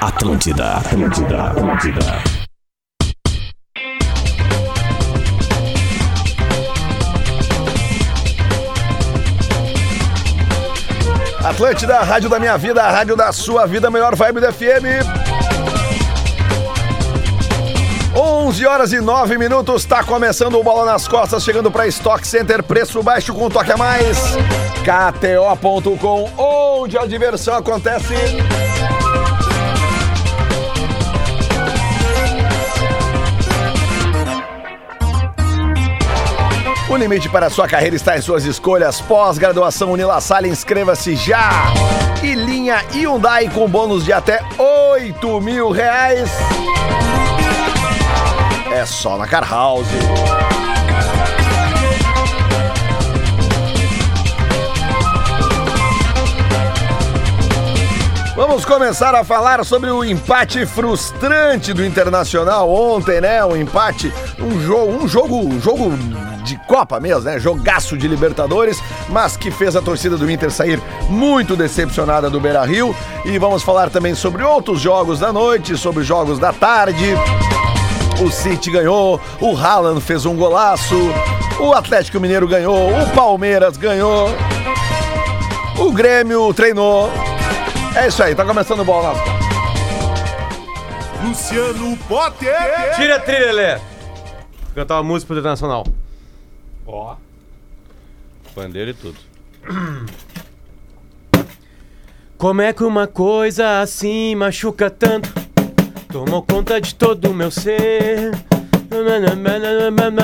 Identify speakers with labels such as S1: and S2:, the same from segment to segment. S1: Atlântida, Atlântida, Atlântida.
S2: Atlântida, a rádio da minha vida, a rádio da sua vida, a melhor vibe do FM. 11 horas e 9 minutos, tá começando o Bola nas Costas, chegando pra Stock Center, preço baixo com toque a mais. KTO.com, onde a diversão acontece. O limite para a sua carreira está em suas escolhas. Pós-graduação Unila Sala, inscreva-se já. E linha Hyundai com bônus de até 8 mil reais. É só na Car House. Vamos começar a falar sobre o empate frustrante do Internacional ontem, né? Um empate, um jogo, um jogo, um jogo de Copa mesmo, né? Jogaço de Libertadores, mas que fez a torcida do Inter sair muito decepcionada do Beira-Rio. E vamos falar também sobre outros jogos da noite, sobre jogos da tarde. O City ganhou, o Haaland fez um golaço, o Atlético Mineiro ganhou, o Palmeiras ganhou, o Grêmio treinou. É isso aí, tá começando o bola.
S3: Luciano Potter!
S4: Tira a trilha, Lelê. Vou Cantar uma música pro Internacional.
S5: Ó. Pandeiro e tudo.
S4: Como é que uma coisa assim machuca tanto? Tomou conta de todo o meu ser.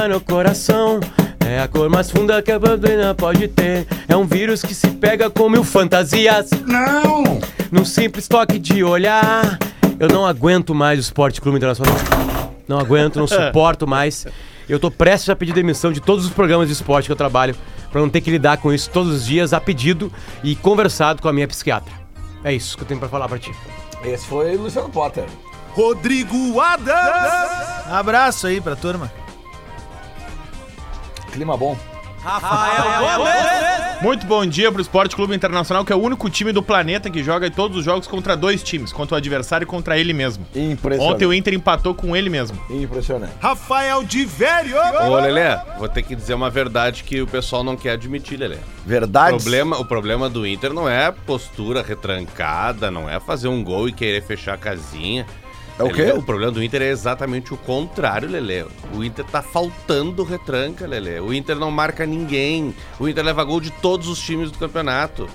S4: No coração. É a cor mais funda que a bandana pode ter. É um vírus que se pega com mil fantasias.
S3: Não!
S4: Num simples toque de olhar. Eu não aguento mais o Esporte Clube Internacional. Não aguento, não suporto mais. Eu tô prestes a pedir demissão de todos os programas de esporte que eu trabalho, pra não ter que lidar com isso todos os dias, a pedido e conversado com a minha psiquiatra. É isso que eu tenho pra falar pra ti.
S6: Esse foi Luciano Potter.
S3: Rodrigo Adams!
S7: Abraço aí pra turma.
S6: Clima bom.
S5: Muito bom dia pro Esporte Clube Internacional, que é o único time do planeta que joga todos os jogos contra dois times, contra o adversário e contra ele mesmo.
S6: Impressionante.
S5: Ontem o Inter empatou com ele mesmo.
S6: Impressionante.
S3: Rafael de Velho!
S8: Ô, Lelé, vou ter que dizer uma verdade que o pessoal não quer admitir, Lelé. O
S2: Verdade.
S8: problema, o problema do Inter não é postura retrancada, não é fazer um gol e querer fechar a casinha.
S2: É o
S8: Lelé,
S2: quê?
S8: O problema do Inter é exatamente o contrário, Lelé. O Inter tá faltando retranca, Lelé. O Inter não marca ninguém. O Inter leva gol de todos os times do campeonato.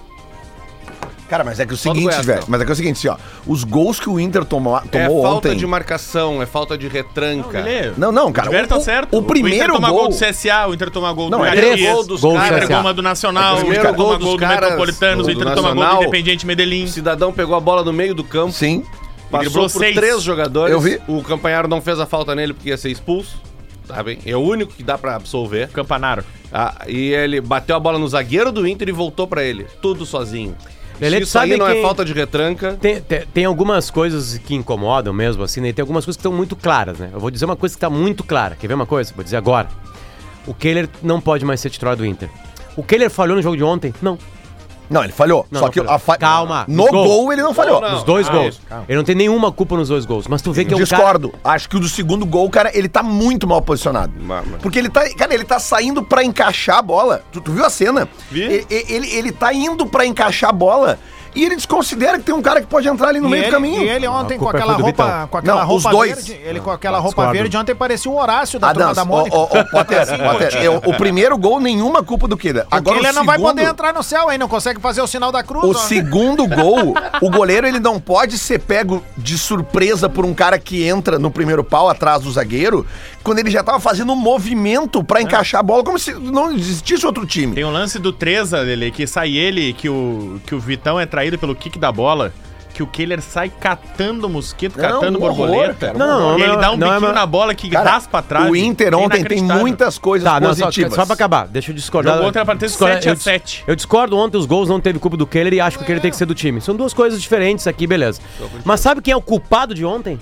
S2: Cara, mas é que o
S8: Só do
S2: seguinte,
S8: Goiás,
S2: velho.
S8: não.
S2: Mas é que é o seguinte, ó. Os gols que o Inter toma-
S8: é
S2: tomou
S8: falta
S2: ontem.
S8: de marcação, é falta de retranca.
S2: Não, não, cara.
S5: Tiver
S2: O,
S5: tá
S2: o-
S5: certo.
S2: o primeiro
S5: Inter toma
S2: gol.
S5: do CSA, o Inter toma gol
S2: Não,
S5: do
S2: é
S5: Caxias,
S4: três
S5: o
S4: gols
S5: Inter
S4: dos
S8: caras.
S5: toma do Nacional,
S8: É o
S5: o Inter
S8: primeiro
S5: toma
S8: gol
S5: gol do
S8: dos caras,
S5: Metropolitano, o
S8: do
S5: Inter toma gol
S8: Nacional.
S5: do Independiente Medellín.
S8: O cidadão pegou a bola no meio do campo.
S2: Sim.
S8: Passou
S5: driblou
S8: por
S5: seis.
S8: três jogadores.
S2: Eu vi.
S8: O Campanharo não fez a falta nele porque ia ser expulso. Tá bem? É o único que dá pra absolver.
S5: Campanaro.
S8: Ah, e ele bateu a bola no zagueiro do Inter e voltou pra ele. Tudo sozinho.
S4: Lelê,
S8: Se
S4: tu
S8: isso
S4: sabe
S8: aí não
S4: quem-
S8: é falta de retranca.
S4: Tem, tem, tem algumas coisas que incomodam mesmo, assim, né? E tem algumas coisas que estão muito claras, né? Eu vou dizer uma coisa que tá muito clara. Quer ver uma coisa? Vou dizer agora. O Keller não pode mais ser titular do Inter. O Keller falhou no jogo de ontem? Não.
S2: Não, ele falhou.
S4: Não,
S2: Só
S4: não
S2: que
S4: falhou.
S2: a fa-
S4: Calma,
S2: No
S4: os
S2: gol.
S4: gols.
S2: ele não falhou.
S8: Não,
S4: Nos dois
S8: ah,
S4: gols.
S8: isso,
S4: Ele não tem nenhuma culpa nos dois gols. Mas tu vê que é um cara...
S2: Discordo. Acho que o do segundo gol, cara, ele tá muito mal posicionado.
S8: Mas- mas-
S2: Porque ele tá, cara, ele tá saindo pra encaixar a bola. Tu, tu viu a cena? Vi. Ele, ele, ele tá indo pra encaixar a bola e ele desconsidera que tem um cara que pode entrar ali no
S7: e
S2: meio
S7: ele,
S2: do caminho.
S7: E ele ontem
S4: A
S7: com
S4: culpa é
S7: aquela
S4: do
S7: roupa,
S4: Vitão.
S7: com aquela
S2: Não, os
S7: roupa
S5: Então,
S2: dois.
S7: verde, ele com aquela
S4: Não,
S7: roupa
S4: discordo.
S7: verde ontem parecia o Horácio da
S2: Ah,
S7: turma
S2: não,
S7: da
S2: ó,
S7: Mônica.
S2: ó, ó, Potter, Potter, eu- o primeiro gol, nenhuma culpa do Kida. Agora
S7: Agora ele
S2: o
S7: não vai
S2: segundo-
S7: poder entrar no céu, hein? Não consegue fazer o sinal da cruz.
S2: O
S7: ó.
S2: segundo gol, o goleiro ele não pode ser pego de surpresa por um cara que entra no primeiro pau atrás do zagueiro, quando ele já tava fazendo um movimento pra encaixar a bola, como se não existisse outro time.
S5: É. Tem o lance do Treza, Lelê, que sai ele, que o, que o Vitão é traído pelo kick da bola, que o Keller sai catando mosquito,
S2: Não,
S5: catando
S2: um horror,
S5: borboleta.
S2: cara, um
S4: Não, horror. não,
S5: e ele
S4: não,
S5: dá um
S4: não é
S5: biquinho
S4: uma-
S5: na bola que
S2: Cara,
S5: raspa atrás.
S2: o Inter ontem tem muitas coisas
S4: Tá, não, só,
S2: positivas.
S4: só pra acabar, deixa eu discordar.
S5: Jogo ontem era pra ter
S4: Discorda-
S5: 7 a
S4: eu dis-
S5: 7.
S4: Eu discordo ontem, os gols não teve culpa do Keller e acho que o Keller tem que ser do time. São duas coisas diferentes aqui, beleza. Mas sabe quem é o culpado de ontem?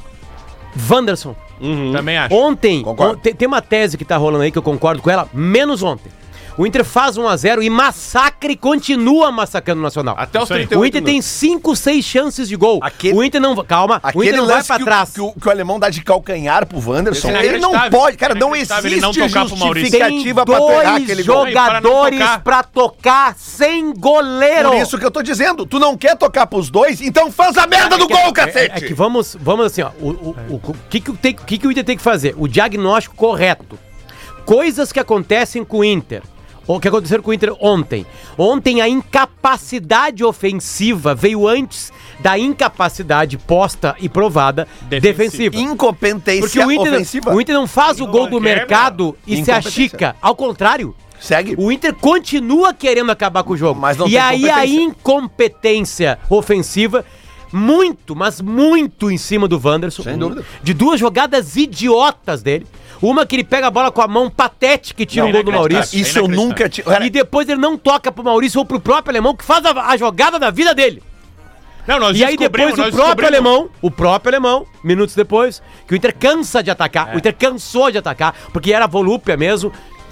S4: Wanderson.
S5: Hum. Também acho.
S4: Ontem,
S2: Concordo.
S4: on- tem, tem uma tese que tá rolando aí que eu concordo com ela, menos ontem. O Inter faz 1x0 e massacre e continua massacrando o Nacional.
S8: Até os
S4: Isso aí.
S8: 38
S4: O Inter tem 5, 6 chances de gol.
S2: Aquele-
S4: O Inter não. Calma, o
S2: Aquele
S4: Inter não vai
S2: lance
S4: pra
S2: que, o-
S4: trás.
S2: que o, que o alemão dá de calcanhar pro Wanderson,
S8: Esse é
S2: ele não
S5: inacreditável.
S2: pode, cara, não existe
S5: Inacreditável ele não tocar pro Maurício.
S2: justificativa pra tu errar
S4: dois
S2: aquele gol.
S5: jogo- Pra não
S4: jogadores
S5: tocar.
S4: pra tocar sem goleiro.
S2: Por isso que eu tô dizendo, tu não quer tocar pros dois, então faz a merda do gol, cacete!
S4: É que vamos, vamos assim, ó. O, o, o- o que, que, o tem- o que que o Inter tem que fazer? O diagnóstico correto. Coisas que acontecem com o Inter. Ou que aconteceram com o Inter ontem. Ontem a incapacidade ofensiva veio antes da incapacidade posta e provada defensiva.
S5: Defensiva.
S2: Incompetência
S4: Porque o Inter,
S2: é ofensiva.
S4: o Inter não faz o gol do
S5: quer,
S4: mercado e se
S2: Incompetência.
S4: achica. Ao contrário.
S2: Segue.
S4: O Inter continua querendo acabar com o jogo.
S2: Mas não
S4: e
S2: tem
S4: aí a
S2: competência.
S4: incompetência ofensiva, muito, mas muito em cima do Wanderson.
S2: Sem dúvida.
S4: De duas jogadas idiotas dele. Uma que ele pega a bola com a mão patética e tira o gol do Maurício.
S2: Ah, Isso eu nunca tinha.
S4: E depois ele não toca pro Maurício ou pro próprio alemão que faz a, a jogada da vida dele.
S5: Não, nós
S4: E aí depois
S5: descobrimos,
S4: o
S5: nós
S4: próprio
S5: descobrimos.
S4: alemão, o próprio alemão, minutos depois, que o Inter cansa de
S5: É.
S4: atacar, o Inter cansou de atacar, porque era volúpia mesmo.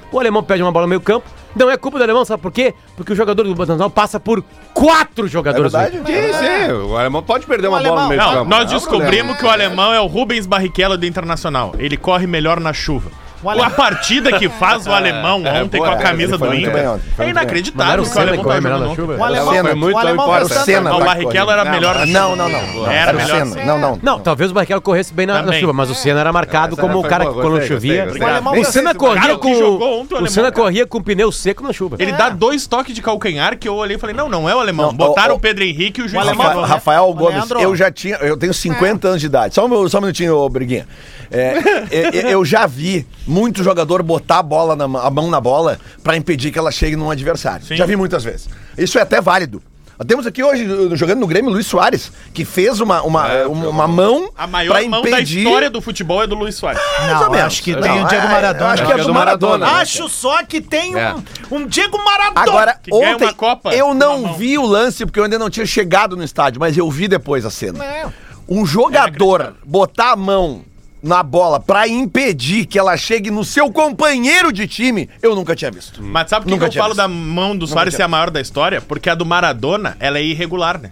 S4: O alemão perde uma bola no meio campo. Não é culpa do alemão, sabe por quê? Porque o jogador do Nacional passa por quatro jogadores.
S8: É
S4: do Inter.
S8: Sim,
S2: é.
S8: sim. O alemão pode
S2: Um
S8: perder uma
S7: O
S8: bola no
S7: alemão.
S8: meio
S5: Não,
S8: de campo.
S5: nós
S8: Não é um problema.
S5: descobrimos que o alemão é o Rubens Barrichello do Internacional. Ele corre melhor na chuva.
S7: O alemão-
S5: A partida que faz o alemão
S8: É,
S5: ontem
S8: boa,
S5: com a
S8: é,
S5: camisa
S2: ele foi
S5: do
S2: muito
S5: Inter
S2: bem ontem, foi muito
S5: é
S2: bem.
S5: inacreditável que o
S4: Senna
S5: alemão
S4: corre
S5: tá
S4: melhor na
S5: jogando.
S4: chuva?
S7: O alemão,
S2: Senna, muito,
S7: o
S2: não
S7: alemão
S2: importa.
S7: pensando-
S2: Senna,
S5: Não, o
S2: vai
S5: Barrichello era melhor na chuva.
S2: ah, Não, não, não. não.
S5: Era
S2: o
S5: melhor. assim.
S2: Senna. Não, não.
S4: Não, talvez o Barrichello corresse bem na, na
S5: Também.
S4: chuva, mas o Senna era marcado
S8: Essa
S4: como o
S8: foi
S4: cara
S8: boa,
S4: que quando
S8: gostei,
S4: chovia.
S8: gostei,
S7: O alemão
S4: O Senna
S7: Francisco,
S4: corria
S5: cara, o que
S4: com
S5: jogou ontem, o
S4: o Senna
S5: alemão, cara.
S4: corria com o pneu seco na chuva.
S5: Ele dá dois toques de calcanhar que eu olhei e falei, não, não é o alemão.
S2: Não, o-
S5: Botaram o,
S2: o-
S5: Pedro Henrique e o juiz
S7: alemão-
S5: falou,
S2: Rafa-
S5: né?
S2: Rafael Gomes,
S7: Leandro.
S2: eu já tinha, eu tenho 50 anos de idade. Só um, meu- só um minutinho, ô, Briguinha. É, é, é, eu já vi muito jogador botar a, bola na, mão- a mão na bola pra impedir que ela chegue num adversário. Já vi muitas vezes. Isso é até válido. Temos aqui hoje, uh, jogando no Grêmio, Luiz Soares, que fez uma, uma, uma, uma mão
S5: É, A maior mão da história do futebol é do Luiz Soares.
S2: Mais ou
S7: Não,
S2: menos.
S7: acho que
S2: Não,
S7: tem o Diego
S2: é,
S7: Maradona.
S2: acho que é do Maradona.
S7: Acho só que tem um,
S8: É.
S7: um Diego Maradona.
S2: Agora,
S5: que ganha
S2: ontem,
S5: uma Copa
S2: eu
S5: com uma
S2: não
S5: mão.
S2: vi o lance porque eu ainda não tinha chegado no estádio, mas eu vi depois a cena.
S7: Não.
S2: Um
S5: É
S2: jogador botar a mão na bola pra impedir que ela chegue no seu companheiro de time, eu nunca tinha visto.
S5: Mas sabe por que
S2: Nunca
S5: que eu
S2: tinha
S5: falo
S2: visto.
S5: da mão do Soares ser a maior da história? Porque a do Maradona, ela é irregular, né?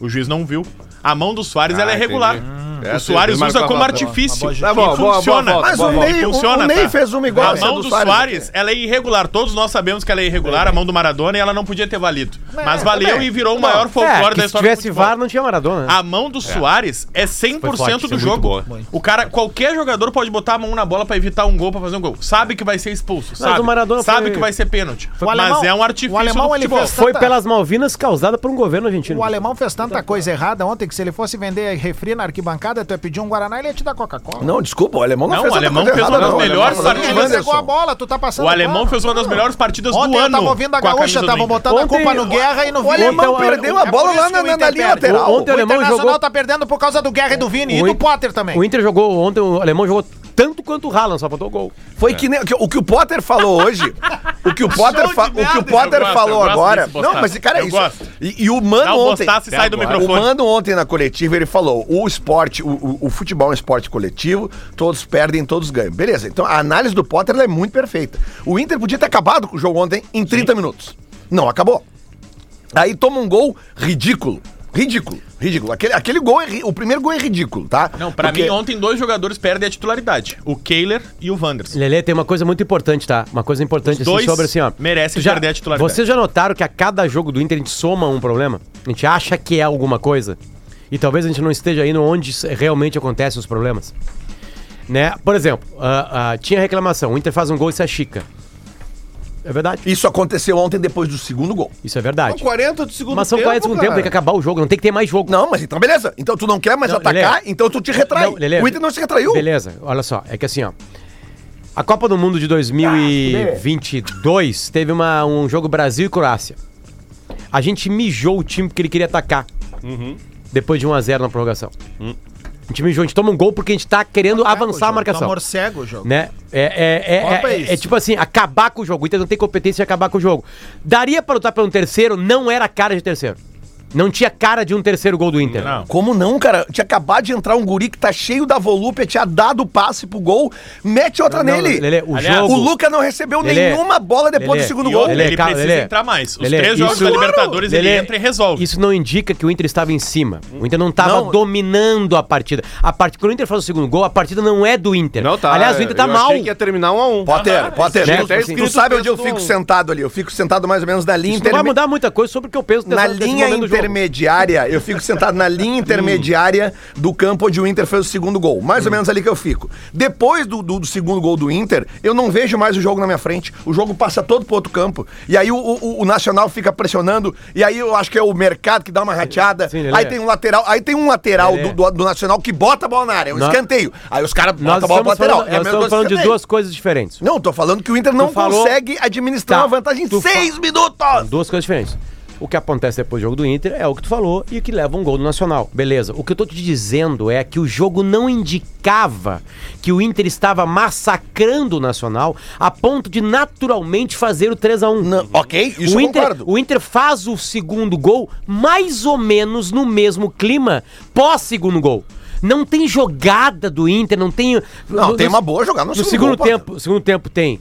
S5: O juiz não viu. A mão do Soares,
S8: Ah,
S5: ela é
S8: entendi.
S5: regular.
S8: É,
S5: o
S8: assim,
S5: Soares
S8: ele marcou
S5: usa
S8: a
S5: como
S8: bola,
S5: artifício.
S8: boa, boa,
S5: e
S8: boa,
S5: funciona.
S8: boa, boa,
S2: Mas o
S8: boa.
S2: Ney, o- o Ney fez uma igual
S5: A
S2: essa
S5: tá? mão
S2: tá. do
S5: do,
S2: Soares,
S5: Soares,
S2: né?
S5: ela é irregular. Todos nós sabemos que ela é irregular, a mão do Maradona, e ela não podia ter valido. Mas valeu
S2: também.
S5: e virou o maior folclore da
S4: É, que se
S5: história
S4: tivesse
S5: futebol. Ah,
S4: VAR, não tinha Maradona. né?
S5: A mão do Soares é 100%
S4: forte,
S5: do
S4: isso é muito
S5: jogo. O cara, qualquer jogador pode botar a mão na bola pra evitar um gol, pra fazer um gol. Sabe que vai ser expulso, sabe?
S4: o Maradona
S5: sabe
S4: foi-
S5: que vai ser pênalti.
S7: O
S5: mas
S7: alemão-
S5: é um artifício
S7: o alemão,
S5: do
S7: ele
S5: futebol.
S7: fez
S4: Foi
S7: tanta-
S4: pelas Malvinas causada por um governo argentino.
S7: O alemão fez tanta coisa errada ontem que se ele fosse vender refri na arquibancada, tu ia pedir um Guaraná e ele ia te dar Coca-Cola.
S2: Não, é desculpa, o alemão não,
S5: Não,
S2: fez
S5: o
S2: tanta
S5: alemão
S2: coisa
S5: fez
S2: errada,
S5: uma das
S2: não, o alemão
S5: melhores
S2: fez uma
S5: partidas.
S2: coisa
S7: Ele
S2: errada.
S7: jogou a bola, tu tá passando
S5: O alemão
S7: pano.
S5: fez uma das melhores partidas do
S7: Ontem eu
S5: ano.
S7: tava ouvindo a
S5: com
S7: gaúcha,
S5: camisa do
S7: estavam
S5: Inter.
S7: botando a
S4: Ontem-
S7: culpa no Guerra e no
S2: O
S7: Vini.
S2: alemão
S4: Então,
S2: perdeu a
S7: é
S2: bola
S7: por
S2: lá
S7: isso
S2: na, na-
S7: que o
S2: na
S7: Inter
S2: linha
S7: perde.
S2: lateral.
S5: é
S4: Ontem-
S7: O
S4: O alemão
S7: Internacional
S4: jogou-
S7: tá perdendo por causa do Guerra e do Vini e
S4: O
S7: do
S4: In-
S7: Potter também.
S4: O Inter jogou ontem, o alemão jogou tanto quanto o Haaland, só faltou gol.
S5: É.
S2: Foi que nem que- o que o Potter falou hoje. o que o Potter,
S7: de
S2: fa- o que
S7: merda.
S2: o Potter
S5: Eu gosto, eu
S2: falou
S5: gosto
S2: agora.
S5: desse bostaço.
S2: Não, mas cara,
S5: Eu
S2: isso.
S5: gosto.
S2: E, e o mano
S5: Dá o
S2: ontem.
S5: bostaço e sai do
S2: Agora.
S5: microfone.
S2: O mano ontem na coletiva ele falou: o esporte, o, o- o futebol é um esporte coletivo, todos perdem, todos ganham. Beleza. Então a análise do Potter ela é muito perfeita. O Inter podia ter acabado com o jogo ontem em 30 minutos. Não acabou. Aí toma um gol ridículo. Ridículo, ridículo. Aquele, aquele gol é ri- O primeiro gol é ridículo, tá?
S5: Não, pra
S2: Porque-
S5: mim ontem dois jogadores perdem a titularidade. O Kehler e o Wanderson.
S4: Lelê, tem uma coisa muito importante, tá? Uma coisa importante
S5: Os dois
S4: assim, sobre assim, ó.
S5: merecem
S4: Tu já,
S5: perder a titularidade.
S4: Vocês já notaram que a cada jogo do Inter a gente soma um problema? A gente acha que é alguma coisa. E talvez a gente não esteja indo onde s- realmente acontecem os problemas. Né? Por exemplo, ah, ah, tinha reclamação, o Inter faz um gol e se achica. É verdade.
S2: Isso aconteceu ontem depois do segundo gol.
S4: Isso é verdade.
S8: 40 do segundo
S4: Mas são 40 segundos tempo, tem que acabar o jogo, não tem que ter mais jogo.
S2: Não, mas então beleza. Então tu não quer mais
S4: Não,
S2: atacar,
S4: Lelê.
S2: então tu te retrai.
S4: Não, Lelê.
S2: o Inter não se retraiu.
S4: Beleza, olha só, é que assim, ó. A Copa do Mundo de 2022 teve uma, um jogo Brasil e Croácia. A gente mijou o time porque ele queria atacar. Depois de 1x0 na prorrogação. A gente mijou, a gente toma um gol porque a gente tá querendo avançar a
S2: tá
S4: marcação.
S7: Amor cego o jogo.
S4: Né? É, é, é,
S7: Copa é
S4: é-
S7: isso.
S4: é tipo assim, acabar um com o jogo. O Inter não tem competência de acabar com o jogo. Daria pra lutar pelo terceiro, não era a cara de terceiro. Não tinha cara de um terceiro gol do Inter.
S5: Não.
S2: Como não, cara? Tinha acabado de entrar um guri que tá cheio da volúpia, tinha dado o passe pro gol, mete outra
S4: Não,
S2: nele.
S4: Lelê, o
S5: Aliás,
S4: jogo...
S2: O Luca não recebeu
S4: Lelê,
S2: nenhuma bola depois
S4: Lelê,
S2: do segundo
S5: E
S2: gol.
S5: outra,
S4: Lelê,
S5: ele
S4: calma,
S5: precisa
S4: Lelê.
S5: entrar mais. Os
S4: Lelê,
S5: três jogos
S4: isso-
S5: da Libertadores
S4: Lelê,
S5: ele entra e resolve.
S4: Isso não indica que o Inter estava em cima. O Inter não estava
S2: Não.
S4: dominando a partida. A part... Quando o Inter faz o segundo gol, a partida não é do Inter.
S8: Não, tá.
S4: Aliás, o Inter tá
S8: eu
S4: mal.
S8: Achei que ia terminar um a um.
S2: Potter, Potter,
S4: né?
S2: tu-
S5: tá
S4: Até
S2: tu
S4: escrito
S2: sabe onde eu
S8: texto
S2: fico
S8: um.
S2: sentado ali? Eu fico sentado mais ou menos na linha
S4: Isso não vai
S2: interme-
S4: mudar muita coisa sobre o que eu penso
S2: na
S4: dessa- desse
S2: linha
S4: momento do jogo.
S2: intermediária, eu fico sentado na linha intermediária do campo onde o Inter fez o segundo gol. Mais ou menos ali que eu fico. Depois do, do- do segundo gol do Inter, eu não vejo mais o jogo na minha frente. O jogo passa todo pro outro campo. E aí o, o- o Nacional fica pressionando. E aí eu acho que é o mercado que dá uma rateada.
S4: Sim, é. Lelê.
S2: aí tem um lateral. Aí tem um lateral
S4: Lelê.
S2: do, do- do Nacional que bota a bola na área. É um
S4: Nó-
S2: escanteio. Aí os caras
S4: é. Nós
S2: botam a bola pro
S4: estamos
S2: lateral. é
S4: falando,
S2: a
S4: nós
S2: mesma
S4: estamos
S2: coisa
S4: falando
S2: que
S4: de
S2: escanteio.
S4: duas coisas diferentes.
S2: Não, tô falando que o Inter não
S4: Tu falou-
S2: consegue administrar
S4: Tá.
S2: uma vantagem em
S4: Tu fa-
S2: seis minutos.
S4: Duas coisas diferentes. O que acontece depois do jogo do Inter é o que tu falou e que leva um gol do Nacional. Beleza. O que eu tô te dizendo é que o jogo não indicava que o Inter estava massacrando o Nacional a ponto de naturalmente fazer o 3 a 1
S2: Não, ok, isso
S4: o
S2: eu
S4: Inter,
S2: concordo.
S4: o Inter faz o segundo gol mais ou menos no mesmo clima pós segundo gol. Não tem jogada do Inter, não tem.
S2: Não,
S4: no-
S2: tem
S4: no-
S2: uma boa jogada no,
S4: No segundo
S2: gol, pô.
S4: tempo, segundo tempo tem.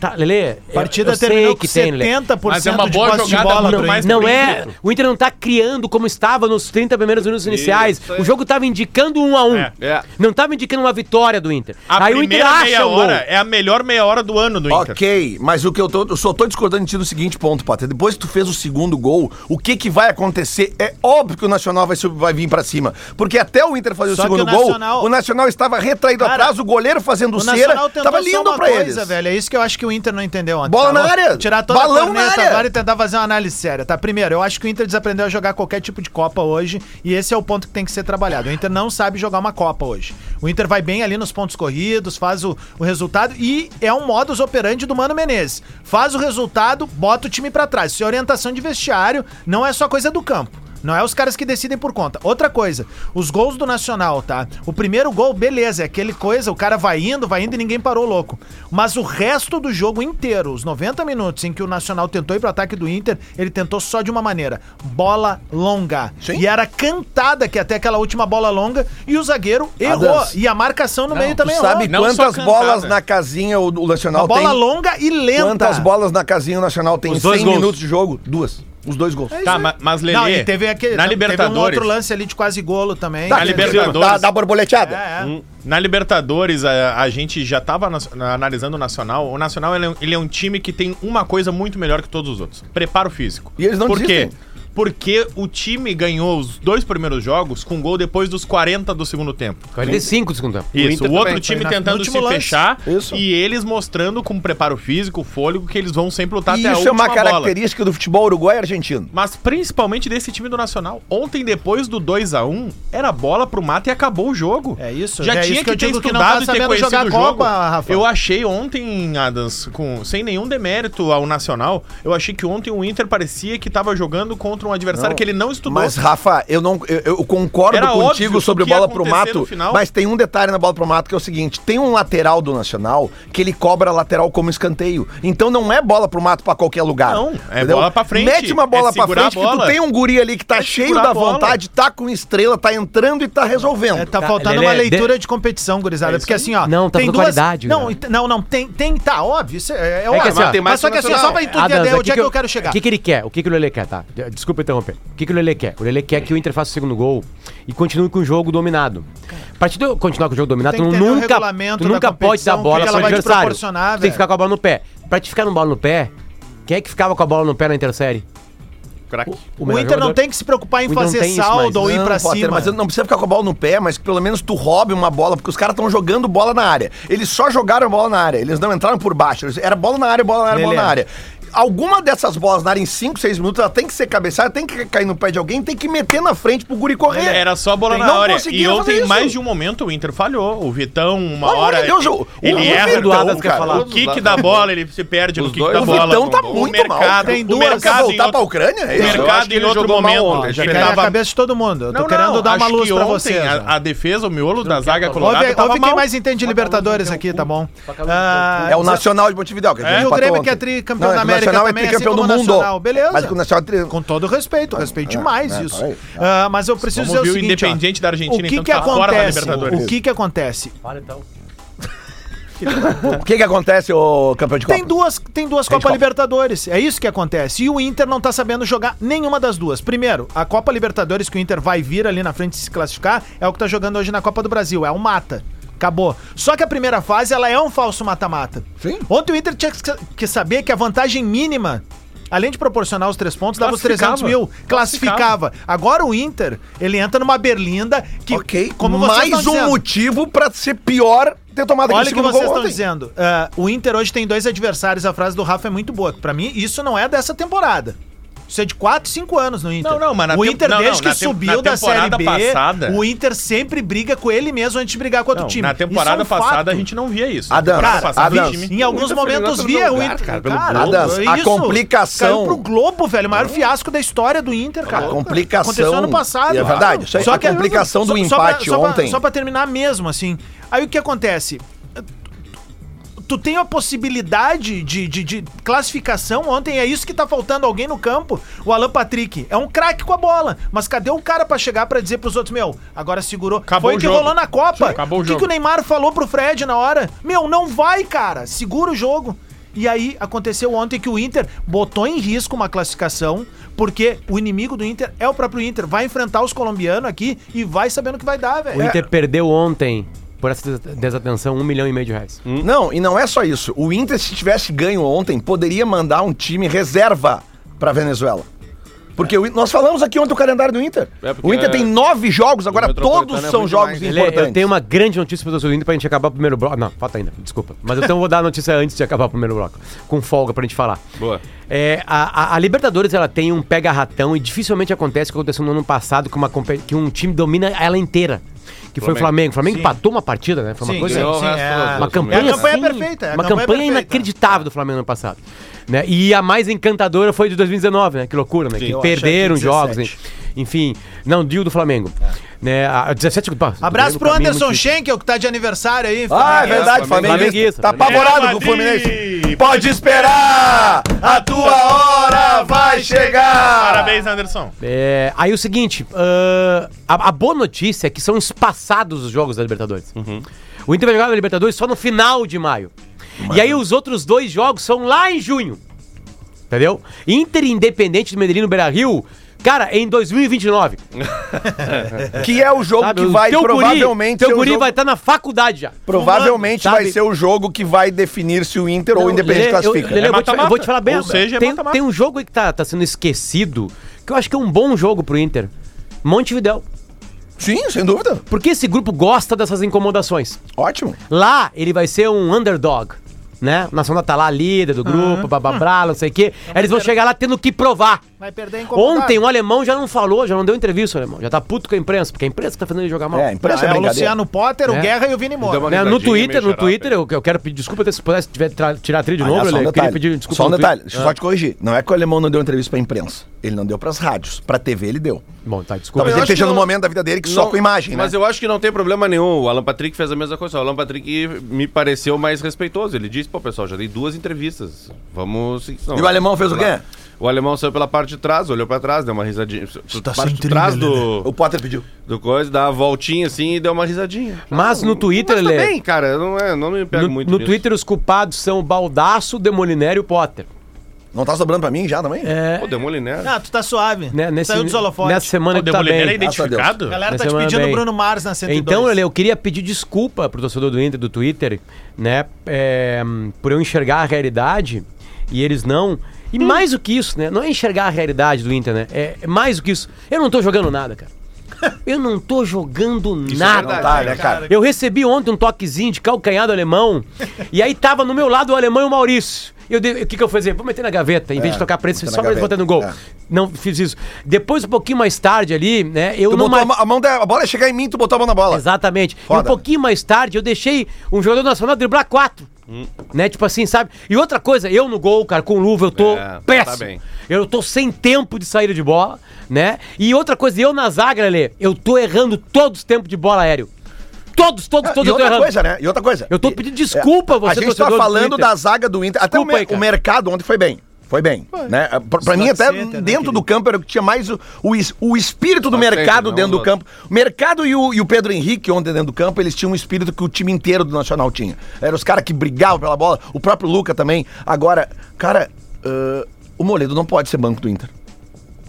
S4: Tá, Lelê, eu-
S7: partida
S4: eu sei
S7: terminou com
S4: tem, Lelê.
S7: 70%
S5: Mas é uma
S7: de
S5: boa
S7: posse de
S5: jogada,
S7: bola.
S5: muito
S7: pro
S5: mais
S7: Inter.
S4: Não
S5: por
S4: é.
S5: dentro.
S4: O Inter não tá criando como estava nos 30 primeiros minutos iniciais.
S8: Isso aí.
S4: O jogo tava indicando um a um.
S5: É,
S8: é.
S4: Não tava indicando uma vitória do Inter.
S5: A
S4: Aí o Inter
S5: primeira
S4: acha
S5: meia
S4: o gol.
S5: hora é a melhor meia hora do ano do Inter.
S2: Ok, mas o que eu tô. Eu só tô discordando de ti no seguinte ponto, Pater. Depois que tu fez o segundo gol, o que que vai acontecer? É óbvio que o Nacional vai, sub- vai vir pra cima. Porque até o Inter fazer
S7: Só
S2: o
S7: que
S2: segundo
S7: o
S2: gol,
S7: Nacional-
S2: o Nacional estava retraído
S7: Cara,
S2: atrás, o goleiro fazendo
S7: O
S2: cera.
S7: Nacional tentou
S2: Tava
S7: só
S2: lindo
S7: uma
S2: pra
S7: coisa,
S2: eles.
S7: velho. É isso que eu acho que o Inter não entendeu ontem.
S2: Bola na
S7: louco?
S2: área.
S7: Tirar toda
S2: Balão
S7: a corneta
S2: na área.
S7: agora e tentar fazer uma análise séria, tá? Primeiro, eu acho que o Inter desaprendeu a jogar qualquer tipo de Copa hoje e esse é o ponto que tem que ser trabalhado. O Inter não sabe jogar uma Copa hoje. O Inter vai bem ali nos pontos corridos, faz o, o resultado e é um modus operandi do Mano Menezes. Faz o resultado, bota o time pra trás. Isso é orientação de vestiário, não é só coisa do campo. Não é os caras que decidem por conta. Outra coisa, os gols do Nacional, tá? O primeiro gol, beleza, é aquele coisa, o cara vai indo, vai indo e ninguém parou louco. Mas o resto do jogo inteiro, os 90 minutos em que o Nacional tentou ir pro ataque do Inter, ele tentou só de uma maneira: bola longa. E era cantada que até aquela última bola longa e o zagueiro errou.
S2: dança.
S7: E a marcação no meio
S2: Tu
S7: também
S2: sabe
S7: errou.
S5: não só
S2: quantas
S5: cantada.
S2: bolas na casinha o, o Nacional
S7: Uma bola
S2: tem?
S7: longa e lenta.
S2: Quantas bolas na casinha o Nacional tem? em
S5: Os dois
S2: 100
S5: gols.
S2: minutos de jogo? Duas. Os dois gols.
S5: Tá, ma- mas Lelê,
S7: Não, e teve aquele
S5: na
S7: teve um
S5: Libertadores,
S7: outro lance ali de quase golo também.
S5: Tá,
S7: que-
S5: Libertadores.
S2: Dá, dá borboleteada.
S7: É, é.
S5: na Libertadores a, a gente já tava nas- na- analisando o Nacional. O Nacional ele é, um- ele é um time que tem uma coisa muito melhor que todos os outros: preparo físico.
S2: E eles não
S5: Por quê?
S2: desistem.
S5: Porque o time ganhou os dois primeiros jogos com gol depois dos 40 do segundo tempo.
S4: 45 do segundo tempo.
S5: Isso,
S8: Inter
S5: o outro
S8: também.
S5: time
S7: Foi na- no
S5: tentando se
S7: último lance.
S5: fechar
S2: Isso.
S5: e eles mostrando com preparo físico, fôlego, que eles vão sempre
S7: tá
S5: lutar
S2: E
S5: até a
S2: isso é
S5: última
S2: uma
S5: bola.
S2: característica do futebol uruguaio e argentino.
S5: Mas principalmente desse time do Nacional. Ontem, depois do 2 a 1 era bola pro mato e acabou o jogo.
S7: É isso,
S5: Já
S7: é
S5: tinha
S7: isso que
S5: que,
S7: eu
S5: ter
S7: digo que não tá
S5: estudado e ter
S7: sabendo
S5: conhecido
S7: jogar
S5: o jogo.
S7: Copa, Rafa.
S5: Eu achei ontem, Adams, com, sem nenhum demérito ao Nacional, eu achei que ontem o Inter parecia que tava jogando contra um adversário que ele não estudou.
S2: Mas, Rafa, eu não eu, eu concordo
S5: Era óbvio
S2: contigo
S5: que
S2: sobre
S5: o que ia
S2: bola pro
S5: acontecer no
S2: mato,
S5: final.
S2: mas tem um detalhe na bola pro mato que é o seguinte: tem um lateral do Nacional que ele cobra a lateral como escanteio. Então não é bola pro mato pra qualquer lugar.
S5: Não, é bola pra frente,
S2: Mete uma bola
S5: é
S2: pra
S5: segurar
S2: frente
S5: a
S2: que tu
S5: bola.
S2: tem um guri ali que tá
S5: É
S2: cheio
S5: segurar
S2: da
S5: a bola.
S2: vontade, tá com estrela, tá entrando e tá resolvendo.
S7: É, tá
S4: Tá,
S7: faltando
S4: Lelé,
S7: uma
S4: de-
S7: leitura de competição, gurizada. porque assim, ó.
S4: Não, tá
S7: tem
S4: faltando
S7: duas...
S4: qualidade,
S7: Não,
S4: cara.
S7: ent- não, não. Tem, tem, tá, óbvio. Isso é, é, óbvio.
S4: assim, ó,
S7: mas,
S8: tem mais
S7: só que
S8: que o
S7: assim, só pra
S8: Nacional.
S7: tu entender
S4: Adams,
S7: onde é que eu quero chegar.
S4: Ah, O que, que ele quer? O que, que o Lelê quer, tá? De- Desculpa interromper. O que, que o Lelê quer? O Lelê quer que o Inter faça o segundo gol e continue com o jogo dominado. A partir de eu continuar com o jogo dominado,
S7: Tem
S4: tu
S7: que entender o
S4: nunca,
S7: regulamento
S4: tu
S7: da
S4: nunca pode dar
S7: competição, o
S4: bola
S7: que
S4: pro
S7: ela vai te
S4: adversário. Tu
S7: proporcionar,
S4: tem que
S7: velho.
S4: ficar com a bola no pé. Pra te ficar com a bola no pé, quem é que ficava com a bola no pé na Intersérie?
S8: Craque.
S7: O
S4: melhor
S7: Inter não
S4: jogador-
S7: tem que se preocupar em
S4: O Inter não
S7: fazer
S4: tem isso mais,
S7: saldo ou
S2: Não,
S7: ir pra
S2: Potter,
S7: cima.
S2: Mas não precisa ficar com a bola no pé, mas que pelo menos tu roube uma bola, porque os caras estão jogando bola na área. Eles só jogaram bola na área, eles não entraram por baixo. eles- Era bola na área, bola na área, bola
S7: Lelé.
S2: na área. Alguma dessas bolas na área em 5, 6 minutos, ela tem que ser cabeçada, tem que cair no pé de alguém, tem que meter na frente pro guri correr.
S5: Era só bola
S2: Não
S5: na hora. E
S2: conseguiram fazer
S5: ontem,
S2: isso.
S5: mais de um momento, o Inter falhou. O Vitão, uma
S2: Pelo amor
S5: hora.
S2: de Deus, o-
S5: ele
S2: o
S5: erra
S2: Vitão,
S5: o
S4: Adas quer
S2: cara,
S4: falar.
S5: O kick da bola, ele se perde no
S8: Os
S5: kick
S8: dois-
S5: da
S2: O
S5: bola.
S2: Vitão tá
S5: o
S2: muito mal.
S5: mercado,
S7: Tem
S5: o
S7: duas- tá
S2: Quer
S5: mercado em
S2: voltar pra
S5: outro-
S2: Ucrânia? É
S5: O
S2: isso?
S8: Eu acho
S5: mercado
S8: que
S5: em
S8: ele
S5: outro
S8: jogou mal
S5: momento.
S8: ontem,
S5: ele
S8: já
S7: Cai na
S5: tava-
S7: cabeça de todo mundo. Eu tô
S5: é Não,
S7: querendo
S5: não,
S7: dar uma
S5: acho
S7: luz
S5: que
S7: pra
S5: ontem
S7: vocês. né? ó.
S5: A, a defesa, o miolo da zaga colorada
S7: Ouve,
S5: tava
S7: ouve quem
S5: mal.
S7: mais entende de Libertadores aqui, tá bom? Ah,
S5: um
S2: É o Nacional de Montevideo. Que a gente
S7: E o
S2: empatou
S7: Grêmio
S2: ontem.
S7: que é
S2: Não,
S7: tricampeão da
S2: que o Nacional
S7: América
S2: é
S7: também,
S2: tricampeão
S7: assim
S2: do
S7: como o
S2: mundo.
S7: Nacional, beleza.
S2: Mas que o Nacional é tri-
S7: Com todo respeito, respeito
S2: é,
S7: demais
S2: é,
S7: isso.
S2: peraí.
S7: Ah, mas eu preciso
S5: tá Vamos
S7: dizer
S5: ver
S7: o
S5: o
S7: seguinte, ó.
S5: Independiente da Argentina,
S7: o que
S5: então,
S7: que
S5: que tá fora da
S7: acontece?
S5: Libertadores.
S7: O que que acontece?
S4: Fala então.
S2: O que que acontece, ô campeão de Copa?
S7: Tem duas, tem duas
S2: Tem
S7: Copa
S2: Copa.
S7: Libertadores. É isso que acontece. E o Inter não tá sabendo jogar nenhuma das duas. Primeiro, a Copa Libertadores que o Inter vai vir ali na frente se classificar é o que tá jogando hoje na Copa do Brasil. É um mata. Acabou. Só que a primeira fase, ela é um falso mata-mata.
S2: Sim.
S7: Ontem o Inter tinha que- que saber que a vantagem mínima, além de proporcionar os três pontos, dava os 300 mil. Classificava. Agora o Inter, ele entra numa berlinda que,
S2: Ok,
S7: vocês
S2: mais um
S7: estão dizendo,
S2: motivo pra ser pior ter tomado
S7: Olha o que
S2: segundo
S7: vocês
S2: gol
S7: estão
S2: ontem.
S7: dizendo. Ah, o Inter hoje tem dois adversários. A frase do Rafa é muito boa. Pra mim, isso não é dessa temporada. Isso é de 4, 5 anos no Inter.
S5: Não, não, mas na
S7: O
S5: tem-
S7: Inter,
S5: não,
S7: desde
S5: não, na
S7: que
S5: tem-
S7: subiu
S5: na
S7: da Série
S5: temporada
S7: B,
S5: passada-
S7: o Inter sempre briga com ele mesmo antes de brigar com outro
S5: Não,
S7: time.
S5: na
S7: Isso é um
S5: temporada passada a
S7: fato.
S5: gente não via isso.
S2: Adams,
S5: Na temporada
S7: Cara,
S5: passada, o
S2: Adams.
S5: time-
S7: Em alguns momentos via o Inter. Cara,
S2: Adams, a complicação-
S7: Caiu pro Globo, velho. O maior fiasco da história do Inter, cara.
S2: A complicação-
S7: Aconteceu ano passado.
S2: E é verdade, isso aí- a complicação do
S7: só- só
S2: empate
S7: pra- só pra-
S2: ontem.
S7: Só pra terminar mesmo, assim. Aí o que acontece? Tu tem a possibilidade de, de- de classificação ontem, é isso que tá faltando alguém no campo. O Alan Patrick é um craque com a bola, mas cadê o cara pra chegar pra dizer pros outros, meu, agora segurou.
S5: Acabou
S7: Foi
S5: o
S7: que
S5: jogo.
S7: rolou na Copa.
S5: Sim, acabou o
S7: que
S5: jogo.
S7: que o Neymar falou pro Fred na hora? Meu, não vai, cara. Segura o jogo. E aí aconteceu ontem que o Inter botou em risco uma classificação, porque o inimigo do Inter é o próprio Inter. Vai enfrentar os colombianos aqui e vai sabendo o que vai dar,
S4: O
S7: velho.
S4: Inter perdeu ontem, por essa des- desatenção, um milhão e meio de reais.
S2: Não, e não é só isso. O Inter, se tivesse ganho ontem, poderia mandar um time reserva pra Venezuela. Porque o In- nós falamos aqui ontem o calendário do Inter.
S8: É, porque
S2: o Inter
S8: é-
S2: tem nove jogos, agora
S8: Metropolitano
S2: todos
S8: é
S2: são
S8: muito
S2: jogos
S8: mais-
S4: Lelê,
S2: importantes.
S4: eu tenho uma grande notícia para do Inter pra gente acabar o primeiro bloco. Ah, Não, falta ainda, desculpa. Mas então eu vou dar a notícia antes de acabar o primeiro bloco. Com folga pra gente falar.
S8: Boa.
S4: É, a, a- a Libertadores ela tem um pega-ratão e dificilmente acontece o que aconteceu no ano passado que, uma, compe- que um time domina ela inteira. Que foi o Flamengo. O Flamengo empatou uma partida, né? Foi uma
S7: Sim,
S4: coisa.
S7: ganhou.
S4: Uma campanha,
S7: É a campanha
S4: assim,
S7: perfeita, é a
S4: uma
S7: campanha
S4: campanha,
S7: perfeita.
S4: inacreditável do Flamengo no ano passado. Né? E a mais encantadora foi de 2019, né? Que loucura, né? que
S7: Eu
S4: perderam
S7: achei que
S4: jogos, né?
S7: 17.
S4: enfim. Não, Dio do Flamengo. Né? A 17 pá,
S7: É.
S4: Flamengo
S7: Abraço pro
S4: pra mim é
S7: Anderson
S4: muito difícil.
S7: Schenkel, que tá de aniversário aí.
S2: Ah, é verdade,
S8: Flamengo-
S2: Flamengo.
S4: Flamenguista.
S2: Tá apavorado com o Fluminense. Pode esperar! A tua hora vai chegar!
S5: Parabéns, Anderson.
S4: É, aí o seguinte, ah, a, a boa notícia é que são espaçados os jogos da Libertadores.
S2: Uhum.
S4: O Inter vai jogar na Libertadores só no final de maio. E aí os outros dois jogos são lá em junho. Entendeu? Inter e Independente do Medellín no Beira-Rio, cara, é em 2029.
S2: Que é o jogo
S4: sabe?
S2: que
S4: O
S2: vai
S4: teu guri-
S2: provavelmente
S4: teu
S2: ser o
S4: guri
S2: jogo-
S4: vai estar na faculdade já.
S2: Provavelmente
S4: Sabe?
S2: vai ser o jogo que vai definir se o Inter ou o
S4: Não,
S2: Independente
S4: Lelê, eu-
S2: classifica.
S4: Lelê, eu, vou te,
S5: mata-mata.
S4: eu vou te falar bem.
S5: Ou seja, é
S4: tem,
S5: mata-mata.
S4: tem um jogo aí que tá, tá sendo esquecido, que eu acho que é um bom jogo pro Inter. Montevidéu.
S2: É. Sim, sem dúvida.
S4: Porque esse grupo gosta dessas incomodações.
S2: Ótimo.
S4: Lá ele vai ser um underdog. Né? O Nacional tá lá, líder do grupo, bababá, não sei o quê. Aí eles vão chegar lá tendo que provar.
S7: É um Vai perder incomodado.
S4: Ontem o alemão já não falou, já não deu entrevista, o alemão. Já tá puto com a imprensa, porque a imprensa que tá fazendo ele jogar mal.
S2: É, a imprensa é
S7: Ah, é o
S2: brincadeira.
S7: Luciano Potter, o
S4: É.
S7: Guerra e o Vini Moura.
S8: Deu uma
S4: Né, No
S8: risadinha
S4: Twitter,
S8: meio
S4: no
S8: xarope.
S4: Twitter, eu, eu quero pedir desculpa até se pudesse tiver tra- tirar a trilha de
S2: Ah,
S4: novo,
S2: né? só um
S4: Lelê, eu queria
S2: detalhe,
S4: pedir desculpa.
S2: só um
S4: no Twitter. Ah.
S2: detalhe, deixa eu só te corrigir. Não é que o alemão não deu entrevista pra imprensa. Ele não deu pras rádios. Pra TV ele deu.
S4: Bom, tá, desculpa.
S2: Talvez ele
S8: acho que
S2: esteja no
S8: não-
S2: momento da vida dele que só
S8: Não,
S2: com imagem,
S8: Mas
S2: né?
S8: eu acho que não tem problema nenhum. O Alan Patrick fez a mesma coisa. O Alan Patrick me pareceu mais respeitoso. Ele disse, pô, pessoal, já dei duas entrevistas. Vamos... seguir, senão-
S2: E o alemão fez o
S8: Vamos lá.
S2: quê?
S8: O alemão saiu pela parte de trás, olhou pra trás, deu uma risadinha.
S7: tá
S8: parte
S7: sem
S8: de trás
S7: trilha,
S8: do,
S2: O Potter pediu.
S8: do coisa, dá a voltinha assim e deu uma risadinha.
S4: Mas no Twitter,
S8: Mas
S4: Lelê,
S8: também, cara, não, é, não me pego
S4: no,
S8: muito
S4: no
S8: nisso.
S4: Twitter os culpados são o Baldaço, o Demolinério e o Potter.
S2: Não tá sobrando pra mim já também?
S4: É,
S8: Pô, demole, né?
S7: Ah, tu tá suave.
S4: Né, nesse,
S7: Saiu dos holofotes.
S4: nessa semana
S5: O
S4: que tá
S5: Demolineiro é
S4: bem.
S5: identificado?
S7: A galera tá
S4: Nessa
S7: te
S4: semana
S7: pedindo
S4: bem.
S7: Bruno Mars na 102.
S4: Então, Lele, eu queria pedir desculpa pro torcedor do Inter do Twitter, né? é, por eu enxergar a realidade e eles não. E
S2: Hum.
S4: mais do que isso, né? Não é enxergar a realidade do Inter, né? É é mais do que isso. Eu não tô jogando nada, cara. Eu não tô jogando nada.
S8: verdade,
S2: tá, né, cara?
S4: Eu recebi ontem um toquezinho de calcanhar do alemão, e aí tava no meu lado o alemão e o Maurício. E eu dei- o que, que eu fazia? Vou meter na gaveta, em vez de tocar pra eles,
S2: É, meter na
S4: só pra eles
S2: gaveta.
S4: botando gol.
S2: É.
S4: Não fiz isso. Depois, um pouquinho mais tarde ali, né? Eu
S2: Tu
S4: não
S2: botou a, mão- a mão da a bola ia chegar em mim, tu botou a mão na bola.
S4: Exatamente.
S2: Foda.
S4: E um pouquinho mais tarde eu deixei um jogador nacional driblar quatro.
S2: Hum.
S4: Né? Tipo assim, sabe? E outra coisa, eu no gol, cara, com luva, eu tô
S8: É, tá
S4: péssimo.
S8: bem.
S4: Eu tô sem tempo de saída de bola, né? E outra coisa, eu na zaga, Lelê, eu tô errando todos os tempos de bola aéreo. Todos, todos,
S2: Ah,
S4: todos
S2: e
S4: eu tô
S2: outra
S4: errando.
S2: coisa, né? E outra coisa.
S4: Eu tô
S2: E-
S4: pedindo desculpa,
S2: é,
S4: você,
S2: A gente tá
S4: torcedor do
S2: falando
S4: Inter.
S2: da zaga do Inter. Até o,
S4: Desculpa
S2: mer-
S4: aí,
S2: o
S4: cara.
S2: mercado ontem foi bem. Foi bem. Né? Pra, pra
S8: tá
S2: mim, até
S7: center, né,
S2: dentro do
S7: querido?
S2: campo, era o que tinha mais o, o, es- o espírito do
S8: Só center,
S2: mercado
S8: não
S2: dentro do
S8: do-
S2: campo. O mercado e o, e o Pedro Henrique, ontem dentro do campo, eles tinham um espírito que o time inteiro do Nacional tinha. Eram os caras que brigavam pela bola, o próprio Luca também. Agora, cara, ãh, o Moledo não pode ser banco do Inter.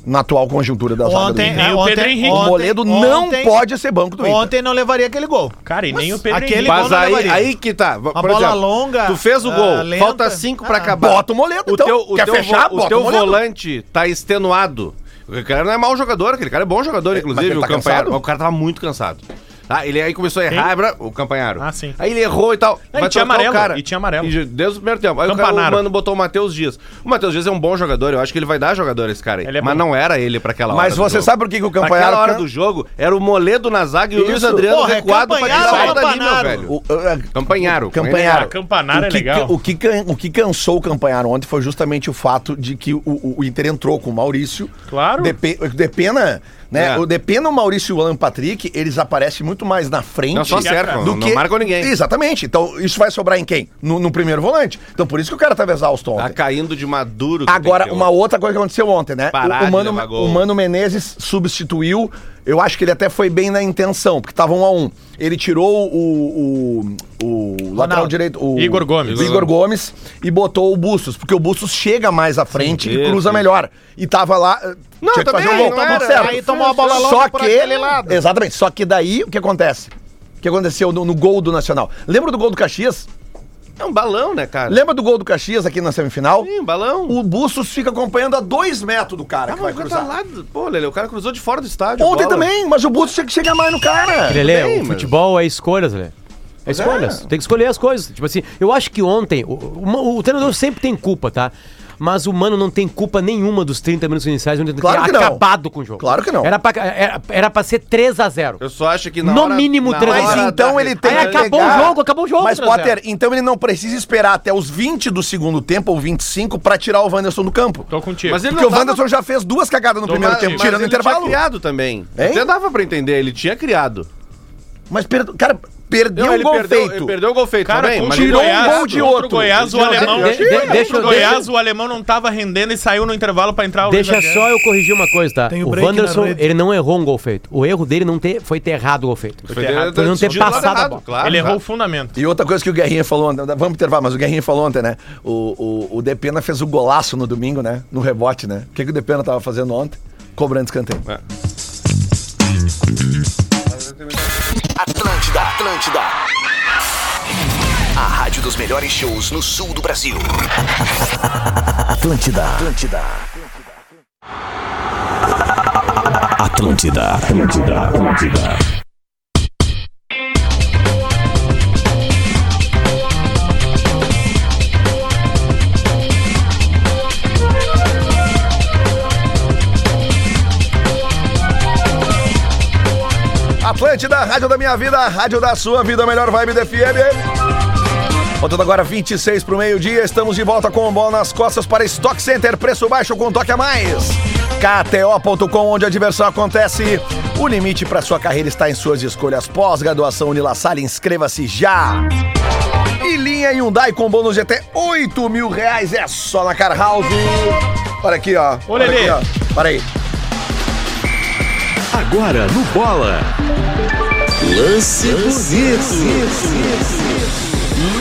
S2: Na atual conjuntura da zaga do
S7: Ontem,
S2: Inter.
S5: nem
S7: é,
S5: o
S7: ontem,
S5: Pedro Henrique.
S2: O Moledo não
S7: ontem-
S2: pode ser banco do Inter.
S7: Ontem não levaria aquele gol.
S5: Cara, e nem o Pedro
S7: aquele
S5: Henrique.
S7: gol
S8: Mas
S7: não
S8: aí,
S7: levaria.
S8: aí que tá. Por
S7: bola longa,
S8: Tu fez o
S7: ah,
S8: gol,
S7: lenta.
S8: falta cinco pra
S7: Ah.
S8: acabar.
S2: Bota o Moledo,
S8: O
S2: então.
S8: teu, o
S2: Quer
S8: teu,
S2: fechar?
S8: vo- o
S2: Bota
S8: teu
S2: o Moledo.
S8: volante tá extenuado. O cara não é mau jogador, aquele cara é bom jogador,
S2: mas
S8: inclusive.
S2: ele
S8: o
S2: tá
S8: Campanharo.
S2: cansado?
S8: O cara tava muito cansado. Ah, ele aí começou a errar, bra- o Campanharo.
S5: Ah, sim.
S8: Aí ele errou e tal.
S5: É, e
S8: Vai
S5: tinha
S8: trocar
S5: amarelo,
S8: o cara.
S5: e tinha amarelo.
S8: de- Desde o primeiro tempo. Aí o, cara, o
S5: Campanaro.
S8: mano botou o Matheus Dias. O Matheus Dias é um bom jogador, eu acho que ele vai dar jogador a esse cara aí.
S5: Ele é
S8: mas
S5: bom.
S8: não era ele pra aquela é hora.
S2: Mas
S8: do
S2: você
S8: jogo.
S2: sabe por que, que o é
S8: Pra
S2: Campanharo...
S8: aquela hora do jogo, era o Moledo na zaga e o Luiz
S2: Isso.
S8: Adriano
S7: Porra, é
S8: recuado pra
S7: Campanharo
S8: tirar
S7: ou
S8: ele dali, meu
S7: Campanaro?
S8: velho.
S2: O- ah,
S8: Campanharo.
S2: Campanharo.
S5: Ah, Campanaro
S2: o
S5: é
S2: que,
S5: legal.
S2: O que, can- o que cansou o Campanharo ontem foi justamente o fato de que o, o- o Inter entrou com o Maurício.
S5: Claro.
S2: Depe- o Depena, né?
S8: É.
S2: O Depena, o Maurício e o Alan Patrick, eles aparecem muito mais na frente.
S8: Não, só
S5: Fica
S8: acertam,
S5: atrás.
S8: não, não marcam ninguém.
S2: Exatamente. Então, isso vai sobrar em quem? No, no primeiro volante. Então, por isso que o cara tava exausto
S8: Tá
S2: ontem.
S8: caindo de maduro. que tem
S2: Agora,
S8: que ter
S2: uma
S8: outro.
S2: outra coisa que aconteceu ontem, né?
S8: Parar
S2: O- o,
S8: de
S2: Mano,
S8: levar gol.
S2: o Mano Menezes substituiu. Eu acho que ele até foi bem na intenção, porque tava um a um. Ele tirou o, o, o lateral direito, o
S5: Igor Gomes.
S2: Igor Gomes e botou o Bustos, porque o Bustos chega mais à frente e
S8: isso,
S2: cruza
S8: isso.
S2: melhor. E tava lá, eh,
S8: Não,
S2: tinha que
S8: também,
S2: fazer um gol,
S8: não
S2: tá
S8: era.
S2: tudo certo.
S7: Aí tomou a bola
S2: Só
S7: longe por
S2: que,
S7: aquele lado.
S2: exatamente, só que daí o que acontece? O que aconteceu no, no gol do Nacional? Lembra do gol do Caxias?
S8: É um balão, né, cara?
S2: Lembra do gol do Caxias aqui na semifinal?
S8: Sim, um balão.
S2: O Bustos fica acompanhando a dois metros do cara
S8: Ah,
S2: que
S8: mas
S2: vai
S8: o cara
S2: cruzar.
S8: tá lá do- Pô, Lele, o cara cruzou de fora do estádio.
S2: Ontem
S8: bola.
S2: também, mas o Bustos tinha que chegar mais no cara.
S4: Lelê,
S8: bem,
S4: o
S8: mas-
S4: futebol é escolhas, Lelê. É escolhas. Tem que escolher as coisas. Tipo assim, eu acho que ontem, o, o- o treinador sempre tem culpa, tá? Mas o Mano não tem culpa nenhuma dos 30 minutos iniciais, onde ele
S2: Claro
S4: tinha
S2: que não.
S4: acabado com o jogo.
S2: Claro que não.
S4: Era pra, era, era pra ser 3x0.
S8: Eu só acho que na
S4: No
S8: hora-
S4: mínimo
S8: na
S4: três.
S8: hora
S2: Mas
S8: da-
S2: então ele tem
S4: Aí
S2: que
S4: acabou
S2: pegar-
S4: o jogo, acabou o jogo,
S2: Mas,
S4: 3 a 0.
S2: Potter, então ele não precisa esperar até os 20 do segundo tempo ou 25 pra tirar o Wanderson do campo.
S5: Tô contigo.
S8: Mas Então ele
S2: Porque o
S8: não tava- Então,
S2: Wanderson já fez duas cagadas no primeiro
S8: Mas-
S2: tempo,
S8: mas
S2: tirando o
S8: ele
S2: intervalo.
S8: Tinha criado também.
S2: Hein?
S8: Até dava pra entender, ele tinha criado.
S2: Mas, per- cara, perdeu
S8: Não,
S2: o um gol
S8: perdeu, ele
S2: feito.
S8: perdeu o gol feito
S5: Cara,
S8: também.
S5: contra
S8: Mas
S5: o
S8: ele
S2: tirou um
S8: ganhava.
S2: gol de
S5: contra o
S2: outro.
S5: Goiás, o
S2: Não,
S5: alemão.
S4: de- de- deixa
S5: Contra o
S4: eu-
S5: Goiás, o alemão não tava rendendo e saiu no intervalo pra entrar o Luiz
S4: Deixa
S5: Adriano.
S4: só eu corrigir uma coisa, tá?
S7: Tem o
S4: o
S7: break na
S4: Wanderson,
S7: rede.
S4: ele não errou um gol feito. O erro dele não ter, foi ter errado o gol feito.
S8: Foi ter-
S4: Foi não ter
S8: decidido lá
S4: passado a
S8: errado,
S4: bola.
S8: Claro,
S5: ele errou o
S8: claro.
S5: fundamento.
S2: E outra coisa que o Guerrinha falou ontem, vamos intervalo, mas o Guerrinha falou ontem, né? O, o, o Depena fez o golaço no domingo, né? No rebote, né? O que, que o Depena tava fazendo ontem? Cobrando escanteio.
S1: Atlântida, Atlântida. A rádio dos melhores shows no sul do Brasil. Atlântida, Atlântida. Atlântida, Atlântida, Atlântida.
S2: Atlântida, rádio da minha vida, rádio da sua vida, melhor vibe da FM. Voltando agora 26 para o meio-dia, estamos de volta com o bola nas costas para Stock Center, preço baixo com toque a mais. KTO.com, onde a diversão acontece. O limite para sua carreira está em suas escolhas. Pós-graduação Unilassalle, inscreva-se já. E linha Hyundai com bônus de até 8 mil reais, é só na Car House. Olha aqui, ó.
S5: Ô,
S2: Olha aqui,
S5: Lelê.
S2: ó. Para aí.
S9: Agora no Bola. Lance bonito.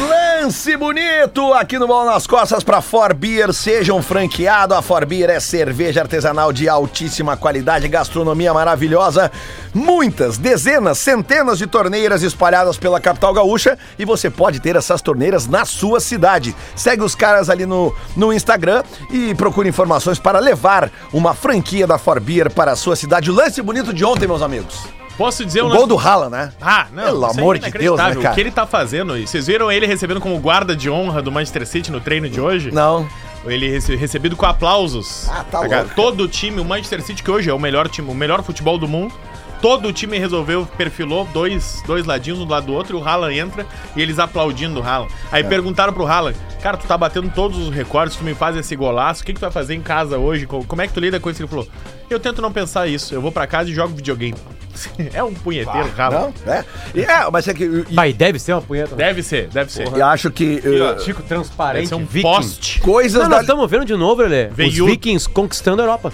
S2: Lance bonito aqui no Bola nas Costas para For Beer. Sejam franqueado. A For Beer é cerveja artesanal de altíssima qualidade, gastronomia maravilhosa. Muitas, dezenas, centenas de torneiras espalhadas pela capital gaúcha e você pode ter essas torneiras na sua cidade. Segue os caras ali no, no Instagram e procure informações para levar uma franquia da For Beer para a sua cidade. O lance bonito de ontem, meus amigos.
S5: Posso dizer um
S2: O
S5: lance-
S2: gol do Haaland, né?
S5: Ah, não.
S2: Pelo
S5: isso é
S2: amor de Deus, né,
S5: inacreditável.
S2: cara?
S5: O que ele tá fazendo? aí? Vocês viram ele recebendo como guarda de honra do Manchester City no treino de hoje?
S2: Não.
S5: Ele rece- recebido com aplausos.
S2: Ah, tá
S5: Cara,
S2: louco.
S5: Todo o time, o Manchester City, que hoje é o melhor time, o melhor futebol do mundo. Todo o time resolveu, perfilou
S2: É.
S5: dois, dois ladinhos um do lado do outro, e o Haaland entra e eles aplaudindo o Haaland. Aí perguntaram pro Haaland, Cara, tu tá batendo todos os recordes, tu me faz esse golaço, o que, que tu vai fazer em casa hoje? Co- Como é que tu lida com isso? Ele falou: Eu tento não pensar isso, eu vou pra casa e jogo videogame. é um punheteiro, cara.
S2: Não? É. E é, mas é que. E,
S4: Vai, deve ser uma punheta.
S5: Deve ser, deve ser.
S2: e acho que. eh,
S4: Chico
S5: Deve
S4: transparente,
S5: ser um
S4: viking.
S5: poste.
S2: coisas
S4: Não,
S2: da.
S4: nós estamos vendo de novo, Lelê.
S5: Veio-
S4: Os vikings conquistando a Europa.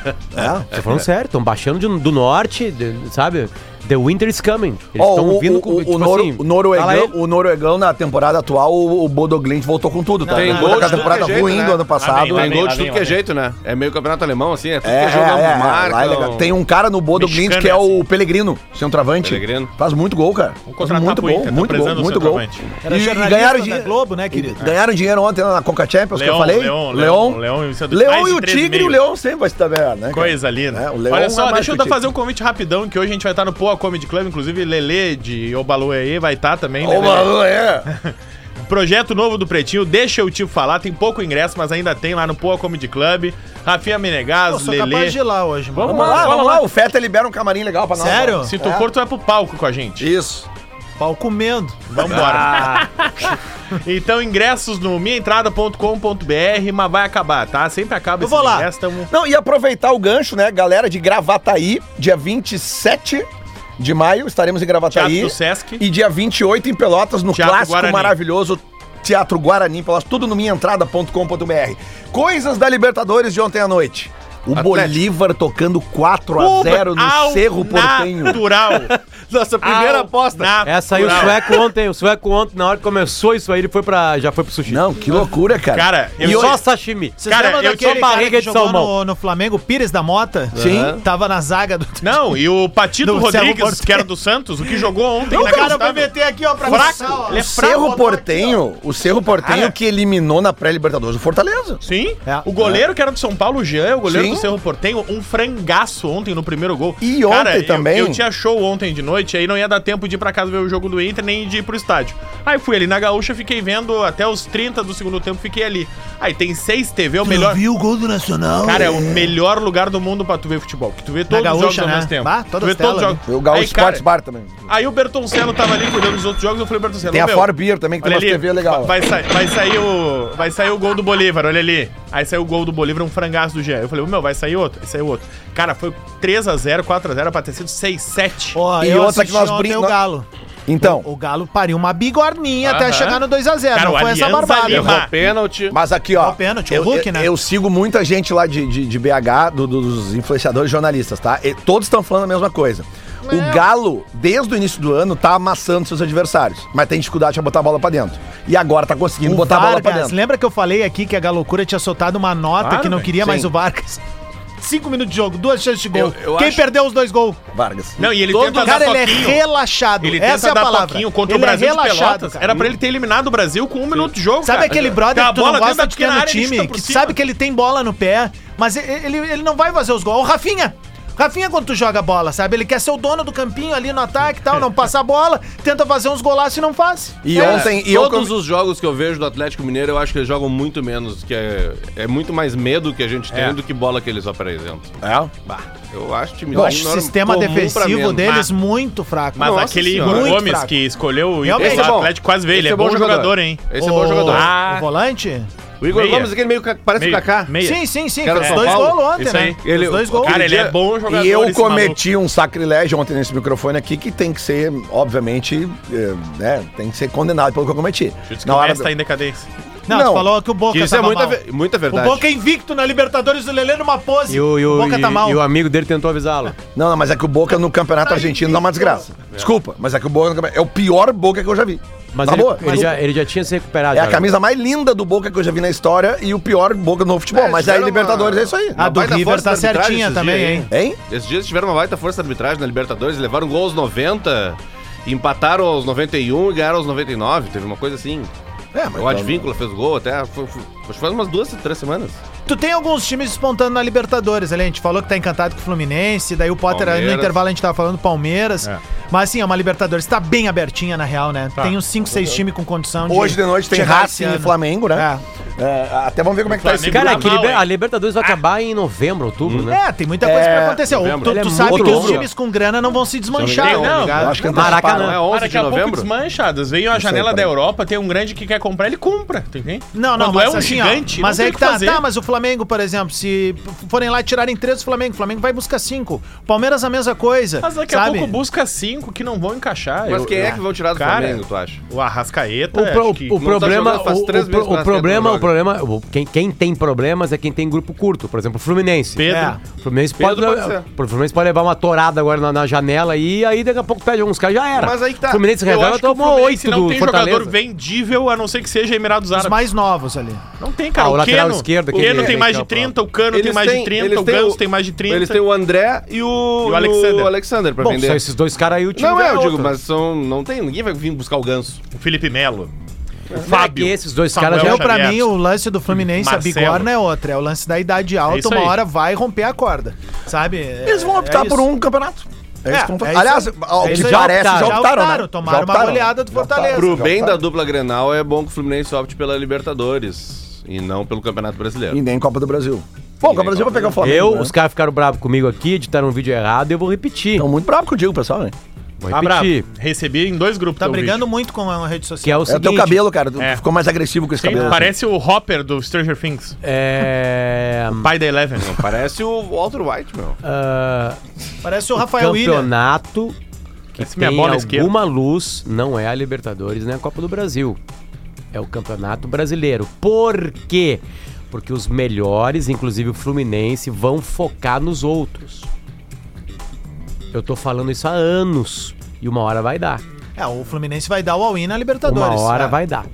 S2: É.
S4: Tô falando sério, estão baixando de- do norte, de- sabe? The winter is coming. Eles
S2: Ó,
S4: estão
S2: o,
S4: vindo
S2: o-
S4: com tipo assim,
S2: o-
S5: tipo
S2: o noro- o
S5: assim,
S4: fala
S2: noruegão,
S4: ele.
S2: o noruegão na temporada atual, o, o Bodoglint voltou com tudo, tá?
S8: Tem
S2: Voltou
S8: gol
S2: com a
S8: de
S2: temporada
S8: qualquer
S2: ruim
S8: jeito,
S2: do
S8: né?
S2: ano
S7: Tá
S2: passado.
S8: Tem
S5: vem,
S8: gol
S5: lá
S8: de
S5: vem,
S8: tudo que é
S5: lá vem.
S8: jeito, né? É meio campeonato alemão, assim, é tudo
S2: É,
S8: que
S2: é,
S8: joga
S2: é, lá é legal.
S8: marca.
S2: Tem um cara no Bodoglint
S5: Mexicano
S2: que é
S5: é
S2: o Pellegrino, centroavante.
S8: Pellegrino.
S2: Faz muito gol, cara. Faz
S5: contratar
S2: muito
S5: pro
S2: gol,
S5: Inter, tá
S2: muito gol,
S5: precisando do
S2: muito gol.
S5: centroavante.
S7: Era
S2: E, e
S7: jornalista
S2: ganharam
S7: da
S2: dinheiro.
S7: Globo, né, querido?
S2: Ganharam dinheiro ontem lá na Conca Champions, que eu
S5: Leão,
S2: falei.
S5: Leão,
S2: Leão,
S5: Leão, Leão e o Santos,
S2: Leão
S5: mais
S2: e
S5: de
S2: o
S5: três e
S2: Tigre,
S5: meio.
S2: o Leão sempre vai se dar bem, né?
S5: Coisa linda.
S2: É, o Leão
S5: Olha
S2: é
S5: só,
S2: mais
S5: deixa eu
S2: que o
S5: fazer um convite rapidão, que hoje a gente vai estar no Poa Comedy Club, inclusive Lele de Obaluê vai estar também. Lelê.
S2: Ô, é.
S5: Projeto novo do Pretinho, deixa eu te falar, tem pouco ingresso, mas ainda tem lá no Poa Comedy Club. Rafinha
S7: Pô,
S5: Menegas,
S7: sou capaz
S5: Lele.
S7: de ir lá hoje, mano.
S2: Vamos lá, vamos lá. O Feta libera um camarim legal pra nós. É.
S7: Sério?
S5: Se tu for, tu vai pro palco com a gente.
S2: Isso.
S7: Pau comendo. Ah.
S5: Vambora. então, ingressos no minhaentrada.com.br, mas vai acabar, tá? Sempre acaba
S7: Eu vou lá.
S5: ingresso. Tamo...
S2: Não, e aproveitar o gancho, né, galera de Gravataí, dia 27 de maio, estaremos em
S5: Teatro
S2: Gravataí.
S5: do Sesc.
S2: E dia 28 em Pelotas, no
S5: Teatro
S2: clássico
S5: Guarani.
S2: maravilhoso Teatro Guarani, Pelotas, tudo no minhaentrada.com.br. Coisas da Libertadores de ontem à noite. O Bolívar tocando 4 a 0 Tá no
S5: Ao
S2: Cerro Portenho.
S5: Natural.
S8: Nossa, primeira
S5: Au.
S8: aposta.
S5: Natural.
S4: Essa aí o sueco ontem, o sueco ontem, na hora que começou isso aí, ele foi pra. Já foi pro sushi.
S2: Não, que loucura, cara.
S5: Cara,
S4: E
S5: eu
S4: só sashimi.
S7: Vocês
S5: Cara,
S7: lembram
S5: eu
S7: daquele
S4: sou
S7: cara
S4: barriga
S7: que
S4: de
S7: jogou
S4: salmão.
S7: No, no Flamengo, Pires da Mota?
S2: Sim.
S7: Aham. Tava na zaga do...
S5: Não, e o Patito
S7: Do Cerro
S5: Rodrigues,
S7: Porteño.
S5: que era do Santos, o que jogou ontem
S7: Não, cara, eu
S5: inacreditável.
S7: vou meter aqui, ó, pra
S5: Fraco.
S2: o
S5: Ele é fraco.
S2: Cerro Portenho, o Cerro Portenho
S5: Cara.
S2: que eliminou na pré-Libertadores o Fortaleza.
S5: Sim.
S7: É.
S5: O goleiro que era do São Paulo, o Jean, é o goleiro
S2: Sim.
S5: do Cerro Portenho, um frangaço ontem no primeiro gol.
S2: E ontem
S5: eu-
S2: também.
S5: Eu, tinha show ontem de noite, aí não ia dar tempo de ir pra casa ver o jogo do Inter, nem de ir pro estádio. Aí fui ali na Gaúcha, fiquei vendo até os 30 do segundo tempo, fiquei ali. Aí tem 6 TV, é o melhor.
S7: viu o gol do Nacional?
S5: Cara, é o melhor lugar do mundo pra tu ver futebol. Que tu vê todos os
S7: Gaúcha,
S5: jogos ao
S7: né?
S5: mesmo tempo.
S7: Bah,
S5: tu
S7: todas
S5: vê
S7: as telas, né?
S2: Foi o Gaúcho
S5: aí, cara,
S2: Sports Bar também.
S5: Aí o Bertoncello tava ali cuidando dos outros jogos, eu falei, Bertoncello,
S2: Tem a
S5: meu,
S2: Ford Beer também, que tem
S5: Olha
S2: umas
S5: ali,
S2: TV legal.
S5: Vai, sai- vai sair o, vai sair o gol do Bolívar, olha ali. Aí saiu o gol do Bolívar, um frangaço do Jean. Eu falei, meu, vai sair outro, vai sair outro. Cara, foi 3x0, 4x0, pra ter sido 6x7.
S7: Ó,
S2: E
S7: eu
S2: outra que
S7: assisti
S2: nós
S7: ontem
S2: brin-
S7: o
S2: nós-
S7: Galo.
S2: Então,
S7: O Galo pariu uma bigorninha até
S5: Aham.
S7: chegar no 2x0.
S5: Cara,
S7: Não
S5: o
S7: foi essa
S5: Alianza
S7: barbada.
S5: Lima.
S8: Errou um pênalti.
S2: Mas aqui, ó.
S7: Ó, pênalti, o
S2: eu,
S7: Hulk,
S2: eu-
S7: né?
S2: eu sigo muita gente lá de, de, de BH, do- do- dos influenciadores jornalistas, tá? E todos estão falando a mesma coisa. O Galo, desde o início do ano, tá amassando seus adversários, mas tem dificuldade pra botar a bola pra dentro. E agora tá conseguindo
S7: O
S2: botar a bola pra
S7: Vargas,
S2: dentro.
S7: Lembra que eu falei aqui que a Galocura tinha soltado uma nota
S5: Claro,
S7: que não
S5: velho.
S7: queria mais
S2: Sim.
S7: o Vargas? Cinco minutos de jogo, duas chances de gol.
S8: Eu- eu
S7: Quem
S8: acho-
S7: perdeu os dois gols?
S2: Vargas.
S5: Não, e ele
S7: Todo
S5: tenta
S7: cara,
S5: dar
S7: ele é
S5: toquinho.
S7: relaxado.
S5: Ele tenta
S7: Essa é a
S5: dar
S7: palavra.
S5: toquinho contra
S7: Ele
S5: o Brasil de
S7: relaxado,
S5: Pelotas.
S7: cara.
S5: Era pra ele ter eliminado o Brasil com um minuto de jogo,
S7: Sabe
S5: cara.
S7: aquele
S5: Tem
S7: brother
S5: a
S7: que tu não
S5: bola dentro
S7: gosta
S5: da
S7: de ter
S5: pequena
S7: no
S5: área, ele chuta
S7: time,
S5: por
S7: que tu
S5: cima.
S7: sabe que ele tem bola no pé, mas e- ele, ele não vai fazer os gols. O Rafinha! Rafinha, quando tu joga bola, sabe? Ele quer ser o dono do campinho ali no ataque e tal, não passa a bola, tenta fazer uns golaços e não faz.
S2: E
S8: É,
S2: ontem. E eu
S8: todos
S2: com-
S8: os jogos que eu vejo do Atlético Mineiro, eu acho que eles jogam muito menos. que É, é muito mais medo que a gente tem
S5: É.
S8: do que bola que eles apresentam.
S2: É?
S8: Bah, eu acho o time
S7: Eu acho o sistema defensivo
S8: dele.
S7: deles muito fraco.
S5: Mas
S8: Nossa
S5: aquele
S8: senhora.
S5: Igor
S7: Muito
S5: Gomes
S7: fraco.
S5: que escolheu o
S7: Realmente,
S5: Inter,
S7: esse é
S5: o
S7: bom.
S5: Atlético quase veio, ele
S8: Esse
S5: é bom jogador, hein?
S8: Esse é bom jogador.
S5: Ah.
S7: O volante?
S8: O Igor
S5: Meia.
S8: Gomes, aquele meio que parece
S5: Meio-
S8: o Kaká.
S5: meio.
S7: Sim, sim, sim.
S8: Cara,
S7: Fez
S8: São
S7: dois
S8: Paulo,
S7: gols ontem,
S5: isso aí.
S7: né?
S8: Ele-
S7: Fez dois gols.
S5: Cara, ele é
S8: dia-
S5: bom jogador.
S2: E eu
S5: esse maluco.
S2: cometi um sacrilégio ontem nesse microfone aqui que tem que ser, obviamente, é, né, tem que ser condenado pelo que eu cometi.
S5: Chutes que
S2: Na
S5: o
S2: hora
S5: Messi tá em decadência.
S7: Não,
S2: Não.
S7: tu falou que o Boca
S8: Que isso é
S7: tava
S8: muita,
S7: mal.
S8: ve- muita
S7: O
S8: verdade.
S7: Boca é invicto na Libertadores do Lelê numa pose.
S4: E o, e o-
S7: Boca tá
S4: e-
S7: mal.
S4: e o amigo dele tentou avisá-lo.
S2: Não, não, mas é que o Boca no Campeonato Argentino dá uma desgraça. Desculpa, mas é que o Boca no campeonato- é o pior Boca que eu já vi.
S4: Mas
S2: Tá
S4: ele,
S2: boa?
S4: ele já, ele já tinha se recuperado.
S2: É a
S4: já.
S2: camisa mais linda do Boca que eu já vi na história e o pior Boca no futebol.
S8: É,
S2: mas aí
S8: tiveram
S2: Libertadores
S8: uma-
S2: é isso aí.
S7: A do
S8: baita
S7: River
S8: força
S7: tá
S8: da arbitragem
S7: certinha
S8: esses
S7: também,
S8: dias aí,
S7: hein?
S8: hein?
S2: Hein?
S8: Esses dias tiveram uma baita força de arbitragem na Libertadores, levaram um gol aos 90, empataram aos 91 e ganharam aos 99. Teve uma coisa assim.
S2: É,
S8: o Advíncula fez gol até. Foi, foi, acho que faz umas duas, três semanas.
S7: Tu tem alguns times despontando na Libertadores, ali. A gente falou que tá encantado com o Fluminense, daí o Potter ali no
S8: Palmeiras.
S7: intervalo a gente tava falando Palmeiras. Mas assim, é uma Libertadores tá bem
S5: Tá.
S7: abertinha, na real, né? Tem uns 5, 6 times com condição de.
S2: Hoje de noite tem
S7: chegar
S2: Racing
S7: esse
S2: e
S7: ano.
S2: Flamengo, né?
S7: É.
S2: É, até vamos ver como é que tá esse
S5: Flamengo
S4: Cara,
S5: tá
S4: é que
S5: mal,
S4: liber-
S5: hein?
S4: a Libertadores vai acabar em novembro, outubro, né?
S7: É, tem muita coisa pra acontecer. Ou
S8: novembro.
S7: Tu,
S4: Ele
S7: tu
S4: é
S7: sabe
S4: muito
S7: que os
S4: longo.
S7: times com grana não vão se desmanchar.
S5: Tem, não,
S7: ligado?
S2: acho que
S8: Não é
S4: Maracanã.
S8: 11
S5: Cara, daqui
S8: de
S5: a pouco
S8: novembro?
S5: desmanchadas. Veio a janela
S2: aí,
S5: da
S2: peraí.
S5: Europa, tem um grande que quer comprar, ele compra. Tem quem?
S7: Não, não,
S5: Quando
S7: mas
S5: é um
S7: assim, ó,
S5: gigante, não
S7: mas
S5: tem
S7: aí
S5: o
S7: que
S5: que
S7: tá,
S5: fazer.
S7: tá, mas o Flamengo, por exemplo, se f- forem lá e tirarem três do Flamengo, o Flamengo vai buscar cinco. Palmeiras a mesma coisa,
S5: Mas daqui
S7: sabe?
S5: a pouco busca cinco que não vão encaixar.
S8: Mas
S5: Eu-
S8: quem é que vão tirar do
S5: Cara,
S8: Flamengo, tu acha?
S5: O Arrascaeta.
S4: O, pro-
S5: É, acho que-
S4: o
S8: tá
S4: problema,
S8: jogando faz
S4: o, o
S8: três
S4: pro-
S8: meses que
S4: o
S8: nós
S4: problema,
S8: temos
S4: o problema, o- quem, quem tem problemas é quem tem grupo curto, por exemplo, o Fluminense.
S5: Pedro.
S4: É. O Fluminense
S8: Pedro
S4: pode,
S8: pode ser.
S4: o Fluminense pode levar uma torada agora na, na janela e aí daqui a pouco pede alguns caras já era.
S8: Mas aí que tá.
S4: O Fluminense
S5: Eu
S4: reserva
S5: acho que o
S4: tomou
S5: Fluminense
S4: oito
S5: não
S4: do
S5: tem
S4: Fortaleza.
S5: jogador vendível, a não ser que seja Emirados
S7: Os
S5: Árabes.
S7: mais novos ali.
S5: Não tem, cara.
S4: Ah, o
S5: o,
S4: lateral
S5: Keno,
S4: esquerdo,
S5: o
S4: aquele
S5: Keno tem
S4: que
S5: mais
S4: é
S5: de
S4: o
S5: 30, o Cano tem mais de 30, o Ganso tem mais de 30.
S8: Eles têm o André e o, e
S5: o Alexander.
S8: o Alexander pra
S4: Bom,
S8: vender.
S4: só esses dois caras aí o time
S8: Não,
S4: já
S8: é, eu
S4: outro.
S8: digo, mas são, não tem, ninguém vai vir buscar o Ganso.
S5: O Felipe Melo. O
S4: Fábio.
S5: Fábio.
S4: é esses dois
S5: Samuel
S4: caras já é
S7: Eu,
S5: Xavier.
S7: pra mim, o lance do Fluminense,
S5: Marcelo.
S7: a bigorna é outra. É o lance da idade alta,
S5: isso
S7: uma
S5: aí.
S7: hora vai romper a corda, sabe?
S2: Eles vão optar por um campeonato. É, isso que vão fazer.
S7: é isso
S2: Aliás,
S7: aí.
S2: ao
S7: É
S2: que
S7: isso aí.
S2: já parece, já optaram, né?
S7: tomaram
S2: Já optaram.
S7: uma goleada do
S2: Já optaram.
S7: Fortaleza.
S8: Pro
S2: já
S8: bem da
S2: optaram.
S8: dupla Grenal, é bom que o Fluminense opte pela Libertadores e não pelo Campeonato Brasileiro.
S2: E nem Copa do Brasil. Pô, Copa do Brasil vai pegar o Flamengo.
S4: Eu,
S2: né?
S4: os caras ficaram bravos comigo aqui, editaram um vídeo errado, eu vou repetir.
S7: Então,
S2: Estão muito bravos contigo, pessoal, né?
S4: vou
S5: Ah, bravo.
S4: repetir.
S5: Recebi em dois grupos.
S7: Tá
S5: teu
S7: brigando
S5: vídeo.
S7: muito com a rede social.
S4: Que é o
S2: É
S4: seguinte,
S2: teu cabelo, cara. Tu
S5: É.
S2: ficou mais agressivo com esse
S5: Sim,
S2: cabelo. assim.
S5: parece o Hopper do Stranger Things.
S4: É.
S5: Pai da Eleven.
S8: Parece o Walter White, meu.
S2: É
S4: ah,
S7: Parece o Rafael William.
S4: campeonato que
S5: Essa
S4: tem
S5: minha é bola
S7: é
S4: alguma
S5: esquerda.
S4: luz não é a Libertadores nem a Copa do Brasil. É o Campeonato Brasileiro. Por quê? Porque os melhores, inclusive o Fluminense, vão focar nos outros. Eu tô falando isso há anos. E uma hora vai dar.
S7: É, o Fluminense vai dar o all-in na
S4: Uma
S7: Libertadores.
S4: hora
S7: é.
S4: vai dar.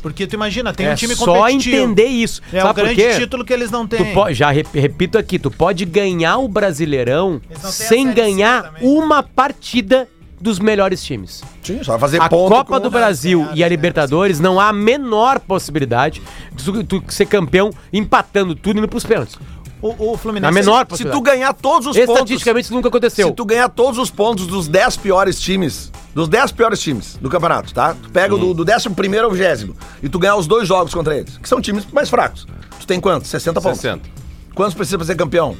S7: Porque tu imagina, tem
S4: é
S7: um time
S4: só
S7: competitivo.
S4: entender isso.
S7: É
S4: Sabe
S7: o
S4: por
S7: grande
S4: quê?
S7: título que eles não
S4: Tu
S7: têm.
S4: po- já rep- repito aqui, tu pode ganhar o Brasileirão
S7: Eles não têm a Série
S4: sem
S7: C
S4: ganhar
S7: também.
S4: uma partida dos melhores times.
S2: Sim, só vai fazer
S4: A
S2: É ponto
S4: Copa
S2: com-
S4: do Brasil
S7: ganhar,
S4: e a
S7: ganhar,
S4: Libertadores não há a menor possibilidade de tu, tu ser campeão empatando tudo e indo pros pênaltis.
S7: O, o
S4: Na
S7: Fluminense.
S4: menor
S2: Se tu
S4: possibilidade.
S2: ganhar todos os pontos...
S4: Estatisticamente isso nunca aconteceu.
S2: Se tu ganhar todos os pontos dos 10 piores times, dos 10 piores times do campeonato, tá? Tu pega o do, do 11 primeiro ao 20 e tu ganhar os dois jogos contra eles, que são times mais fracos. Tu tem quantos? 60 pontos.
S8: 60.
S2: Quantos precisa pra ser campeão?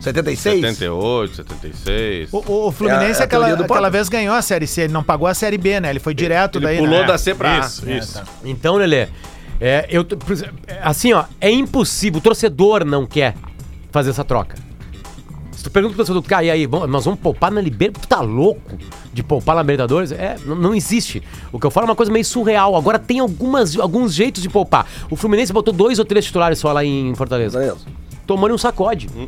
S2: 76?
S8: 78, 76.
S7: O, o- o Fluminense
S2: É a- é a
S7: aquela,
S2: teoria do
S7: aquela
S2: Potter.
S7: vez ganhou a Série C, ele não pagou a Série B, né? Ele foi direto daí, né?
S8: Pulou da C pra A.
S5: Isso,
S2: É.
S5: isso.
S4: Então, Lelê, é, eu, t- por exemplo, é, assim, ó, é impossível. O torcedor não quer fazer essa troca. Se tu pergunta pro torcedor, cara, e aí, vamos- nós vamos poupar na Libertadores? Tu tá louco de poupar na Libertadores? É, n- não, existe. O que eu falo é uma coisa meio surreal. Agora tem algumas, alguns jeitos de poupar. O Fluminense botou dois ou três titulares só lá em Fortaleza.
S2: Beleza.
S4: Tomando um sacode.
S2: Hum.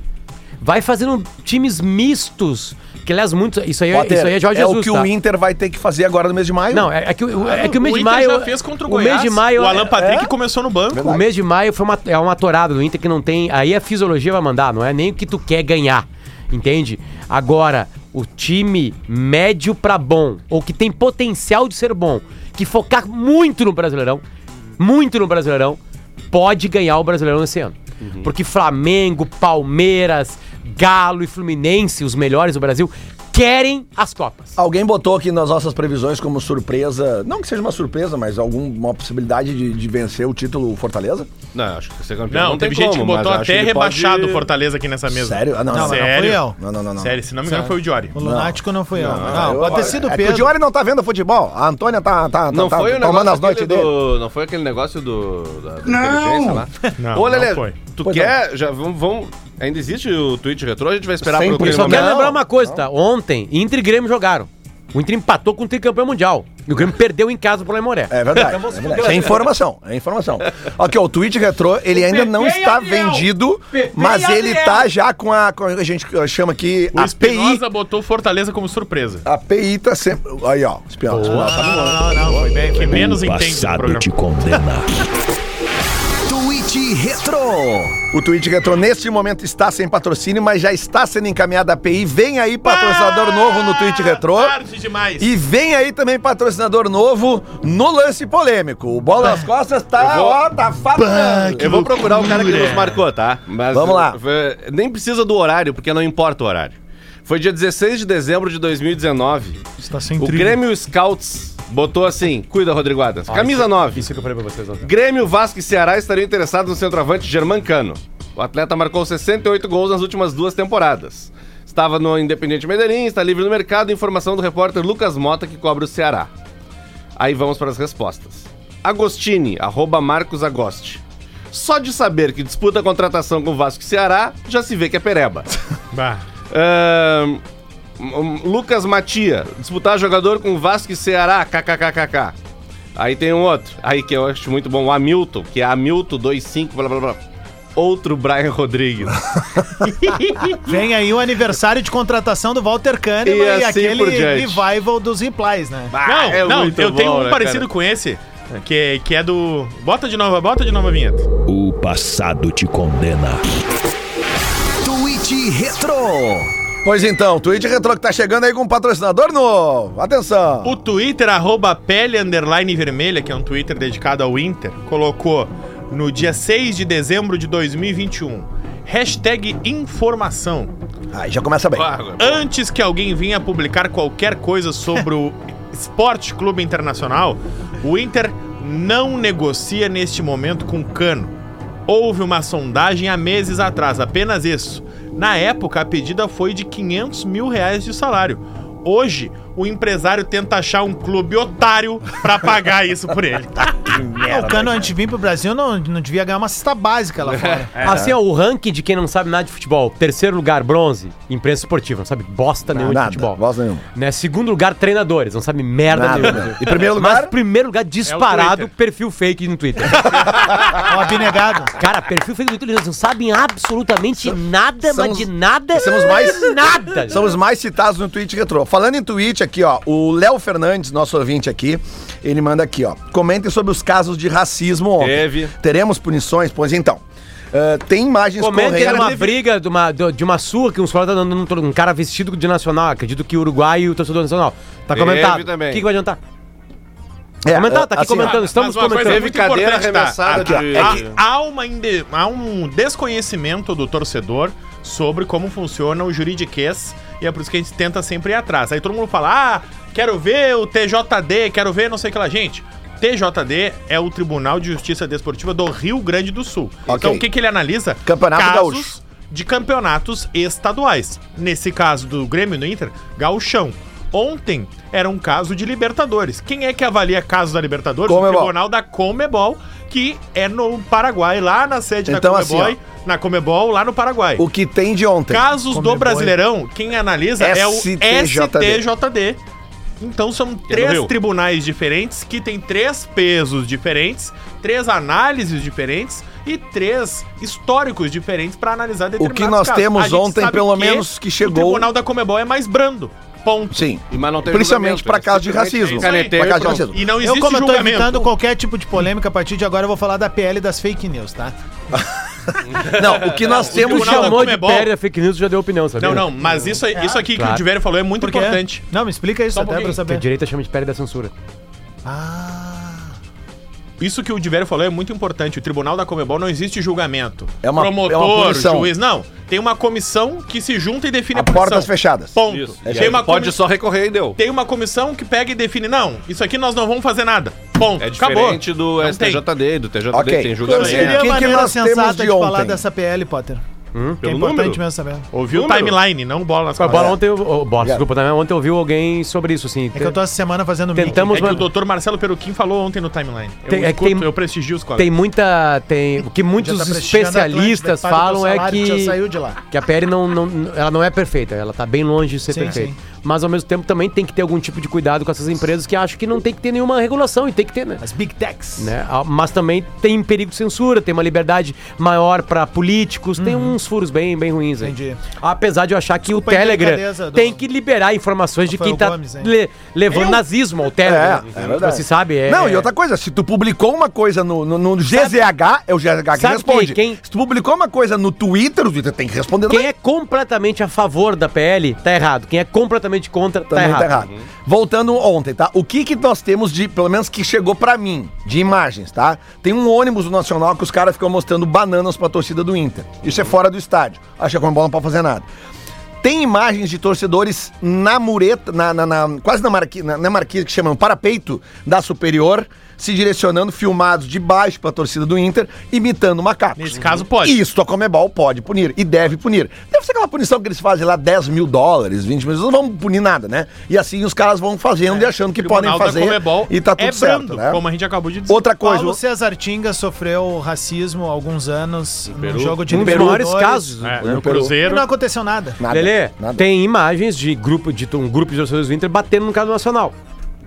S4: Vai fazendo times mistos. Que, aliás, muito. Isso aí, é-
S2: Potter,
S4: isso aí é Jorge
S2: é
S4: Jesus.
S2: o que
S4: tá?
S2: o Inter vai ter que fazer agora no mês de maio.
S4: Não, é, é que, o- é que o mês de
S5: Inter
S4: maio.
S5: já fez contra o
S4: o
S5: Goiás.
S4: mês de maio.
S5: o Alan
S4: é-
S5: Patrick começou no banco.
S4: o mês de maio foi uma, é uma torada do Inter que não tem. Aí a fisiologia vai mandar, não é nem o que tu quer ganhar. Entende? Agora, o time médio pra bom, ou que tem potencial de ser bom, que focar muito no Brasileirão, muito no Brasileirão, pode ganhar o Brasileirão esse ano. Porque Flamengo, Palmeiras, Galo e Fluminense, os melhores do Brasil, querem as Copas.
S2: Alguém botou aqui nas nossas previsões como surpresa, não que seja uma surpresa, mas alguma possibilidade de, de vencer o título Fortaleza?
S8: Não, acho que ser campeão.
S5: Não, teve gente que botou até rebaixado o
S8: o
S5: Fortaleza aqui nessa mesa.
S2: Sério? Ah, não,
S7: Não,
S2: não, não.
S7: mas não fui
S5: Sério?
S7: eu.
S2: Não, não, não. não.
S5: Sério, se não me engano, foi o Diori.
S7: O Lunático não foi eu. Não, Ah, pode ter sido o
S2: é que
S7: Pedro.
S2: o Diori não tá vendo futebol. A Antônia tá, tá,
S8: Não
S2: tá,
S8: foi o
S2: tá tomando
S8: negócio
S2: as noites
S8: aquele
S2: dele.
S8: do, Não foi aquele negócio do, da, da inteligência lá?
S5: Não, não
S8: Ô, Lelê,
S5: foi.
S8: tu
S2: Pois
S8: quer... Já, vamos, vamos- Ainda existe o Twitch Retro? A gente vai esperar
S2: Sempre.
S8: pro aquele
S4: Eu só
S8: momento.
S4: quero
S2: Não,
S4: lembrar uma coisa, tá? Ontem, Inter e Grêmio jogaram. O Inter empatou com o tricampeão mundial. E o Grêmio perdeu em casa pro Lemoré.
S2: É verdade. é verdade. Isso é informação, é informação. Aqui, ó, o Twitch Retro, ele ainda não está vendido, mas ele tá já com a, com a gente chama aqui
S5: O
S2: a PI.
S5: Espinosa botou Fortaleza como surpresa.
S2: A PI tá sempre. Aí, ó, tá espião.
S7: Não, não, foi bem.
S5: Que menos entende do
S9: Passado
S5: programa.
S9: te condena.
S1: Twitch Retro.
S2: O Twitch Retro, neste momento, está sem patrocínio, mas já está sendo encaminhada a PI. Vem aí, patrocinador novo no Twitch Retro.
S5: Tarde demais.
S2: E vem aí também patrocinador novo no lance polêmico. O Bola nas Costas tá, ó, tá faturando.
S8: Eu vou procurar o cara que nos marcou, tá? Mas
S2: Vamos lá.
S8: foi- Nem precisa do horário, porque não importa o horário. Foi dia 16 de dezembro de 2019.
S7: Tá sem
S8: O Grêmio Scouts Botou assim, cuida, Rodrigo Adams. Camisa 9.
S4: Isso que eu falei pra vocês ontem.
S8: Grêmio, Vasco e Ceará estariam interessados no centroavante Germancano. O atleta marcou 68 gols nas últimas duas temporadas. Estava no Independente Medellín, está livre no mercado, informação do repórter Lucas Mota, que cobre o Ceará. Aí vamos para as respostas. Agostini, arroba Marcos Agosti. Só de saber que disputa a contratação com Vasco e Ceará, já se vê que é pereba. Ahn, um, Lucas Matia, disputar jogador com Vasco e Ceará, kkkk. Aí tem um outro, aí que eu acho muito bom, o Hamilton, que é Hamilton 25, blá blá blá. Outro Brian Rodrigues.
S7: Vem aí o aniversário de contratação do Walter Kahneman
S8: E
S7: e,
S8: assim
S7: aquele
S8: por diante.
S7: revival dos replies, né?
S8: Ah,
S5: Não,
S8: é
S5: não,
S8: muito
S5: eu tenho
S8: bom,
S5: um
S8: né,
S5: parecido
S8: cara?
S5: com esse, que, que é do. Bota de novo, bota de novo a vinheta.
S9: O passado te condena.
S1: Tweet Retro.
S2: Pois então, Twitch Retro que tá chegando aí com um patrocinador novo. Atenção.
S5: O Twitter, arroba pele underline vermelha, que é um Twitter dedicado ao Inter, colocou no dia 6 de dezembro de 2021. Hashtag informação.
S2: Aí já começa bem.
S5: Antes que alguém vinha publicar qualquer coisa sobre o Esporte Clube Internacional, o Inter não negocia neste momento com o Cano. Houve uma sondagem há meses atrás, apenas isso. Na época, a pedida foi de 500 mil reais de salário. Hoje, o empresário tenta achar um clube otário pra pagar isso por ele.
S7: o Cano, antes de vir pro Brasil, não, não devia ganhar uma cesta básica
S5: É.
S7: lá fora.
S2: É, né?
S4: Assim, ó, o ranking de quem não sabe nada de futebol. Terceiro lugar, bronze, imprensa esportiva, não sabe bosta nenhuma
S2: Nada,
S4: de futebol.
S2: voz nenhuma.
S4: Né? Segundo lugar, treinadores, não sabe merda
S2: Nada,
S4: nenhuma.
S2: né? E primeiro lugar?
S4: Mas primeiro lugar, disparado,
S5: Twitter.
S4: perfil fake no Twitter.
S7: É um abnegado.
S4: Cara, perfil fake no Twitter, eles não sabem absolutamente nada,
S2: são
S4: mas
S2: os-
S4: de nada.
S2: são os mais-
S4: Nada.
S2: São os mais citados no tweet retrô. Falando em tweet aqui, ó, o Léo Fernandes, nosso ouvinte aqui, ele manda aqui, ó. Comentem sobre os casos de racismo ontem.
S8: Teve.
S2: Teremos punições? Pois então. ah, tem imagens
S4: Comentem
S2: correndo.
S4: numa briga de uma, de de uma surra que uns caras tá dando num tor- um cara vestido de nacional. Acredito que o Uruguai e o torcedor nacional. Tá
S8: Teve
S4: comentado. O
S8: também.
S4: que, que vai adiantar?
S2: É,
S4: comentar,
S2: ah,
S4: tá aqui
S2: assim, ó,
S4: comentando, estamos
S5: Mas uma coisa
S4: comentando.
S8: Teve
S5: muito
S8: cadeira
S5: importante, tá?
S8: arremessada
S2: Aqui, ó,
S8: de... É
S5: Há, há uma inde- há um desconhecimento do torcedor sobre como funciona o juridiquês e é por isso que a gente tenta sempre ir atrás. Aí todo mundo fala, ah, quero ver o TJD, quero ver não sei o que lá. Gente, TJD é o Tribunal de Justiça Desportiva do Rio Grande do Sul.
S2: Ok.
S5: Então o que, que ele analisa?
S2: Campeonato
S5: Casos
S2: Gaúcho.
S5: de campeonatos estaduais. Nesse caso do Grêmio e do Inter, Gauchão. Ontem era um caso de Libertadores. Quem é que avalia casos da Libertadores? O
S2: Comebol.
S5: Tribunal Tribunal da Comebol, que é no Paraguai, lá na sede
S2: Então,
S5: da
S2: assim,
S5: Comebol, na Comebol, lá no Paraguai.
S2: O que tem de ontem?
S5: Casos
S7: Comebol.
S5: do Brasileirão, quem analisa é o
S2: STJD.
S5: STJD. Então
S2: é
S5: são três
S8: Rio.
S5: tribunais diferentes que têm três pesos diferentes, três análises diferentes e três históricos diferentes para analisar determinados
S2: que nós temos
S5: A gente
S2: ontem,
S5: sabe
S2: pelo menos, que chegou-
S5: O Tribunal da Comebol é mais brando. Ponto. É
S2: Sim.
S8: Mas não tem
S2: Principalmente
S8: julgamento,
S2: pra
S8: né?
S2: casos de
S8: Simplesmente
S2: racismo.
S8: caneteio
S2: Pra casos de
S8: pronto.
S2: racismo.
S5: E não existe
S7: Eu, como eu tô
S5: julgamento.
S7: evitando qualquer tipo de polêmica, a partir de agora eu vou falar da PL das fake news, tá?
S2: Não, o que nós
S4: Tu
S2: temos
S5: Tribunal da
S4: chamou de
S5: Comebol.
S4: pérdida fake news, já deu opinião, sabe?
S5: Não, não, mas isso, aí- isso aqui que
S4: Claro.
S5: o Diverio falou é muito
S7: Por quê?
S5: importante.
S7: Não, me explica isso
S5: Só um
S7: até pra eu
S5: pouquinho.
S4: Que a
S7: saber.
S4: direita chama de pérdida da censura.
S5: Isso que o Diverio falou é muito importante. O Tribunal da Comebol não existe julgamento.
S2: É uma-
S5: Promotor,
S2: é uma punição.
S5: juiz, não. Tem uma comissão que se junta e define
S2: a portas fechadas. É
S5: Ponto.
S8: Isso. E
S5: Tem,
S8: aí
S5: uma
S8: Pode
S5: comi-
S8: só recorrer e deu.
S5: tem uma comissão que pega e define, não, isso aqui nós não vamos fazer nada. Ponto.
S8: É diferente do
S5: Não tem.
S8: STJD, do TJD
S2: Ok.
S8: tem
S7: Eu
S8: julgamento.
S7: seria
S2: Quem
S7: a
S2: que
S7: maneira
S2: nós temos
S7: sensata
S2: de
S7: de, falar
S2: ontem?
S7: dessa PL, Potter. que é
S8: pelo
S7: importante
S8: número?
S7: mesmo saber.
S5: Ouviu o
S8: Número?
S5: timeline, não bola nas
S4: Com a bola
S5: costas.
S4: ontem, eu, oh, bola, desculpa, também ontem eu vi alguém sobre isso, assim.
S7: É que eu tô essa semana fazendo
S4: Tentamos-
S5: É que o doutor Marcelo Peruquim falou ontem no timeline. Eu,
S4: Tem- é que
S5: escuto,
S4: tem-
S5: eu prestigio os colegas.
S4: Tem muita. Tem, o que muitos
S7: Já tá prestigiando a Atlântida,
S4: especialistas
S7: paga teu
S4: falam é
S7: salário,
S4: que.
S7: já saiu de lá.
S4: Que a PL não, não, ela não é perfeita, ela tá bem longe de ser
S7: Sim,
S4: perfeita.
S7: sim.
S4: Mas ao mesmo tempo também tem que ter algum tipo de cuidado com essas empresas que acham que não tem que ter nenhuma regulação e tem que ter, né?
S7: As Big Techs.
S4: Né? Ah, Mas também tem perigo de censura, tem uma liberdade maior pra políticos, tem uns furos bem, bem ruins. aí.
S7: Uhum. Entendi.
S4: Apesar de eu achar que
S7: Desculpa a
S4: o Telegram
S7: delicadeza do-
S4: tem que liberar informações de
S7: Rafael
S4: quem tá
S7: Gomes, hein?
S4: le- levando
S7: Eu?
S4: nazismo ao Telegram.
S2: É, é verdade.
S4: Você sabe? É,
S2: Não, e outra coisa, se tu publicou uma coisa no, no, no GZH, é o GZH que
S4: Sabe
S2: responde.
S4: quem- quem-
S2: Se tu publicou uma coisa no Twitter, o Twitter tem que responder
S4: Quem é completamente a favor da PL, tá errado. Quem é completamente contra, tá
S2: Também
S4: errado.
S2: tá errado. Voltando ontem, tá? O que que nós temos de, pelo menos que chegou pra mim, de imagens, tá? Tem um ônibus do Nacional que os caras ficam mostrando bananas pra torcida do Inter. Isso é fora do estádio. Acho que a Comembol não pode fazer nada. Tem imagens de torcedores na mureta, na, na- na- quase na marquise, na, na marquise que chamam parapeito da superior, se direcionando, filmados de baixo pra torcida do Inter, imitando macacos.
S5: Nesse caso, pode.
S2: Isso a Comebol pode punir e deve punir. Deve ser aquela punição que eles fazem lá 10 mil dólares, 20 mil, eles não vão punir nada, né? E assim os caras vão fazendo e achando que podem
S5: É. Tribunal da
S2: fazer.
S5: Comebol
S2: E tá tudo
S5: é
S2: certo,
S5: brando,
S2: né?
S5: como a gente acabou de dizer.
S2: Outra coisa,
S7: Paulo César Tinga sofreu racismo há alguns anos no jogo de
S4: Um dos
S7: Libertadores.
S4: maiores casos.
S5: É,
S2: né,
S5: no
S2: pelo-
S7: E
S5: Cruzeiro.
S7: não aconteceu nada.
S2: nada,
S4: Lelê,
S2: nada.
S4: tem imagens de, grupo, de um grupo de torcedores do Inter batendo no caso nacional.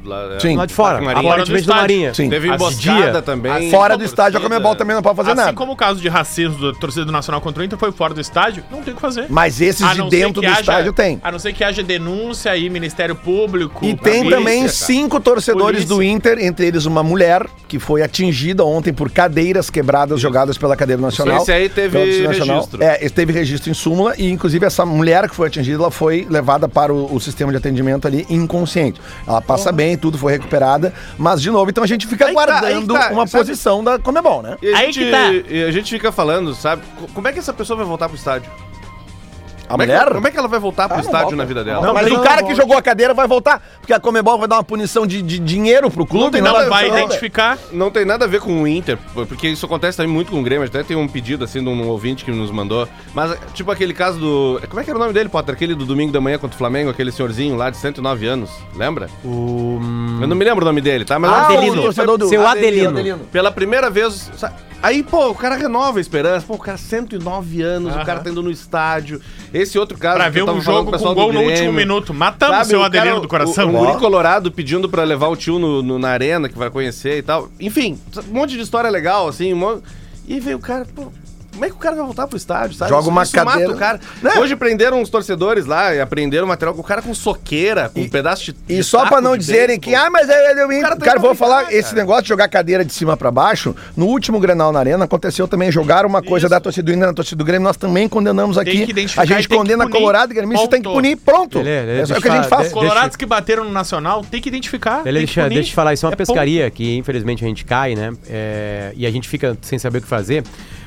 S8: Lá, é.
S2: Sim.
S4: Lá de fora.
S8: Marinha.
S4: Aparentemente na
S5: Fora do
S4: Marinha.
S2: Sim.
S8: Teve
S4: As
S8: emboscada tá?
S4: dia-
S8: também.
S2: Fora do estádio, a Comebol também não pode fazer
S5: assim
S2: nada.
S5: como o caso de racismo do torcedor do Nacional contra o Inter foi fora do estádio, não tem o que fazer.
S2: Mas esses
S5: A
S2: de
S5: não ser
S2: dentro
S5: que
S2: do
S5: haja-
S2: estádio tem.
S5: A não ser que haja denúncia aí, Ministério Público.
S2: E tem
S5: polícia,
S2: também
S5: cara.
S2: cinco torcedores
S5: Polícia.
S2: do Inter, entre eles uma mulher, que foi atingida ontem por cadeiras quebradas jogadas pela cadeira nacional.
S8: Esse aí teve
S2: Pela torcida nacional.
S8: registro.
S2: É, esse teve registro em súmula e, inclusive, essa mulher que foi atingida, ela foi levada para o, o sistema de atendimento ali inconsciente. Ela passa bem, tudo foi recuperada, mas, de novo, então a gente fica
S8: Aí que tá,
S2: aguardando
S8: aí que tá,
S2: uma
S8: sabe?
S2: posição da Comebol, né?
S8: E a,
S5: Aí
S8: gente,
S5: que tá.
S8: e a gente fica falando, sabe? co- Como é que essa pessoa vai voltar pro estádio?
S2: A
S8: como, É
S2: mulher...
S8: que, como é que ela vai voltar pro
S6: Ah, não
S8: estádio
S6: volta.
S8: na vida dela?
S2: Não, mas o cara que jogou a cadeira vai voltar, porque a Comebol vai dar uma punição de, de dinheiro pro clube.
S5: Não,
S2: né?
S5: vai identificar.
S8: não tem nada a ver com o Inter, porque isso acontece também muito com o Grêmio. Até tem um pedido, assim, de um ouvinte que nos mandou. Mas, tipo, aquele caso do. Como é que era o nome dele, Potter? Aquele do domingo da manhã contra o Flamengo, aquele senhorzinho lá de 109 anos. Lembra?
S4: O...
S5: hum,
S8: Eu não me lembro o nome dele, tá? Mas
S2: Ah,
S8: lá-
S2: o torcedor do-
S4: Seu
S2: Adelino.
S4: Adelino.
S8: Pela primeira vez. sa- Aí, pô, o cara renova a esperança. Pô, o cara 109 anos, o cara tá indo no estádio. Esse outro caso.
S5: Pra
S8: que
S5: ver
S8: eu tava
S5: um
S8: falando
S5: jogo
S8: o pessoal
S5: com gol
S8: do
S5: no último
S8: Grêmio.
S5: minuto. Matamos o seu
S8: o cara-
S5: Adelino do coração.
S8: O, o guri colorado pedindo pra levar o tio no, no- na arena, que vai conhecer e tal. Enfim, um monte de história legal, assim. um monte- E veio o cara, pô, como é que o cara vai voltar pro estádio, sabe?
S2: Joga uma cadeira. é.
S8: mata o cara. Hoje prenderam uns torcedores lá e aprenderam material com o cara com soqueira, com um pedaço de
S2: E
S8: de
S2: só
S8: taco
S2: pra não
S8: de
S2: dizerem
S8: beisebol.
S2: que, ah, mas é, é, o Inter.
S8: cara
S2: Cara,
S8: tá
S2: vou
S8: indo pra
S2: falar,
S8: brincar,
S2: esse
S8: cara.
S2: negócio de jogar cadeira de cima pra baixo, no último Grenal na Arena aconteceu também, jogaram uma coisa da torcida do Inter na torcida do Grêmio, nós também condenamos aqui.
S5: que identificar
S2: A
S5: e
S2: gente
S5: tem que
S2: condena
S5: punir,
S2: Colorado e Grêmio, tem que
S5: ponto.
S2: punir, pronto.
S4: Lelê, Lelê,
S2: é só
S4: deixa
S2: o que a gente
S4: eu falar,
S2: faz.
S5: Os
S4: de-
S5: colorados que bateram no Nacional tem que identificar.
S4: Lelê,
S5: tem que
S4: deixa,
S5: punir.
S4: deixa eu falar, isso é uma
S5: É
S4: pescaria que infelizmente a gente cai, né? É, e a gente fica sem saber o que fazer.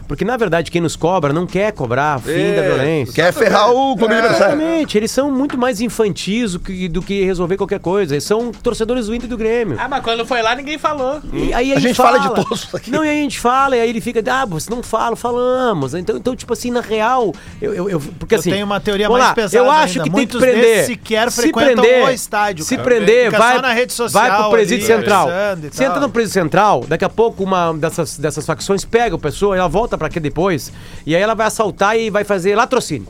S4: Porque na verdade quem nos cobra não quer cobrar fim da violência.
S2: Quer ferrar o
S8: É.
S2: clube adversário.
S4: Exatamente, eles são muito mais infantis do que, do que resolver qualquer coisa. Eles são torcedores do Inter e do Grêmio.
S5: Ah, mas quando foi lá, ninguém falou.
S4: E aí
S2: Hum? A gente fala de todos aqui.
S4: Não, e aí a gente fala, e aí ele fica, ah, você não fala, falamos. Então, então tipo assim, na real, eu. eu, eu- porque
S7: Eu
S4: assim.
S7: tenho uma teoria
S4: vamos
S7: mais
S4: lá,
S7: pesada
S4: Eu acho
S7: ainda.
S4: que
S7: Muitos
S4: tem que prender.
S7: desses sequer frequentam o estádio,
S4: Se
S7: cara.
S4: prender,
S7: Fica
S4: vai,
S7: só na rede
S4: vai
S7: social
S4: pro presídio
S7: ali,
S4: central.
S7: conversando e
S4: Se entra
S7: tal.
S4: no presídio central, daqui a pouco uma dessas, dessas facções pega a pessoa, ela volta pra aqui depois, e aí ela vai assaltar e vai fazer latrocínio.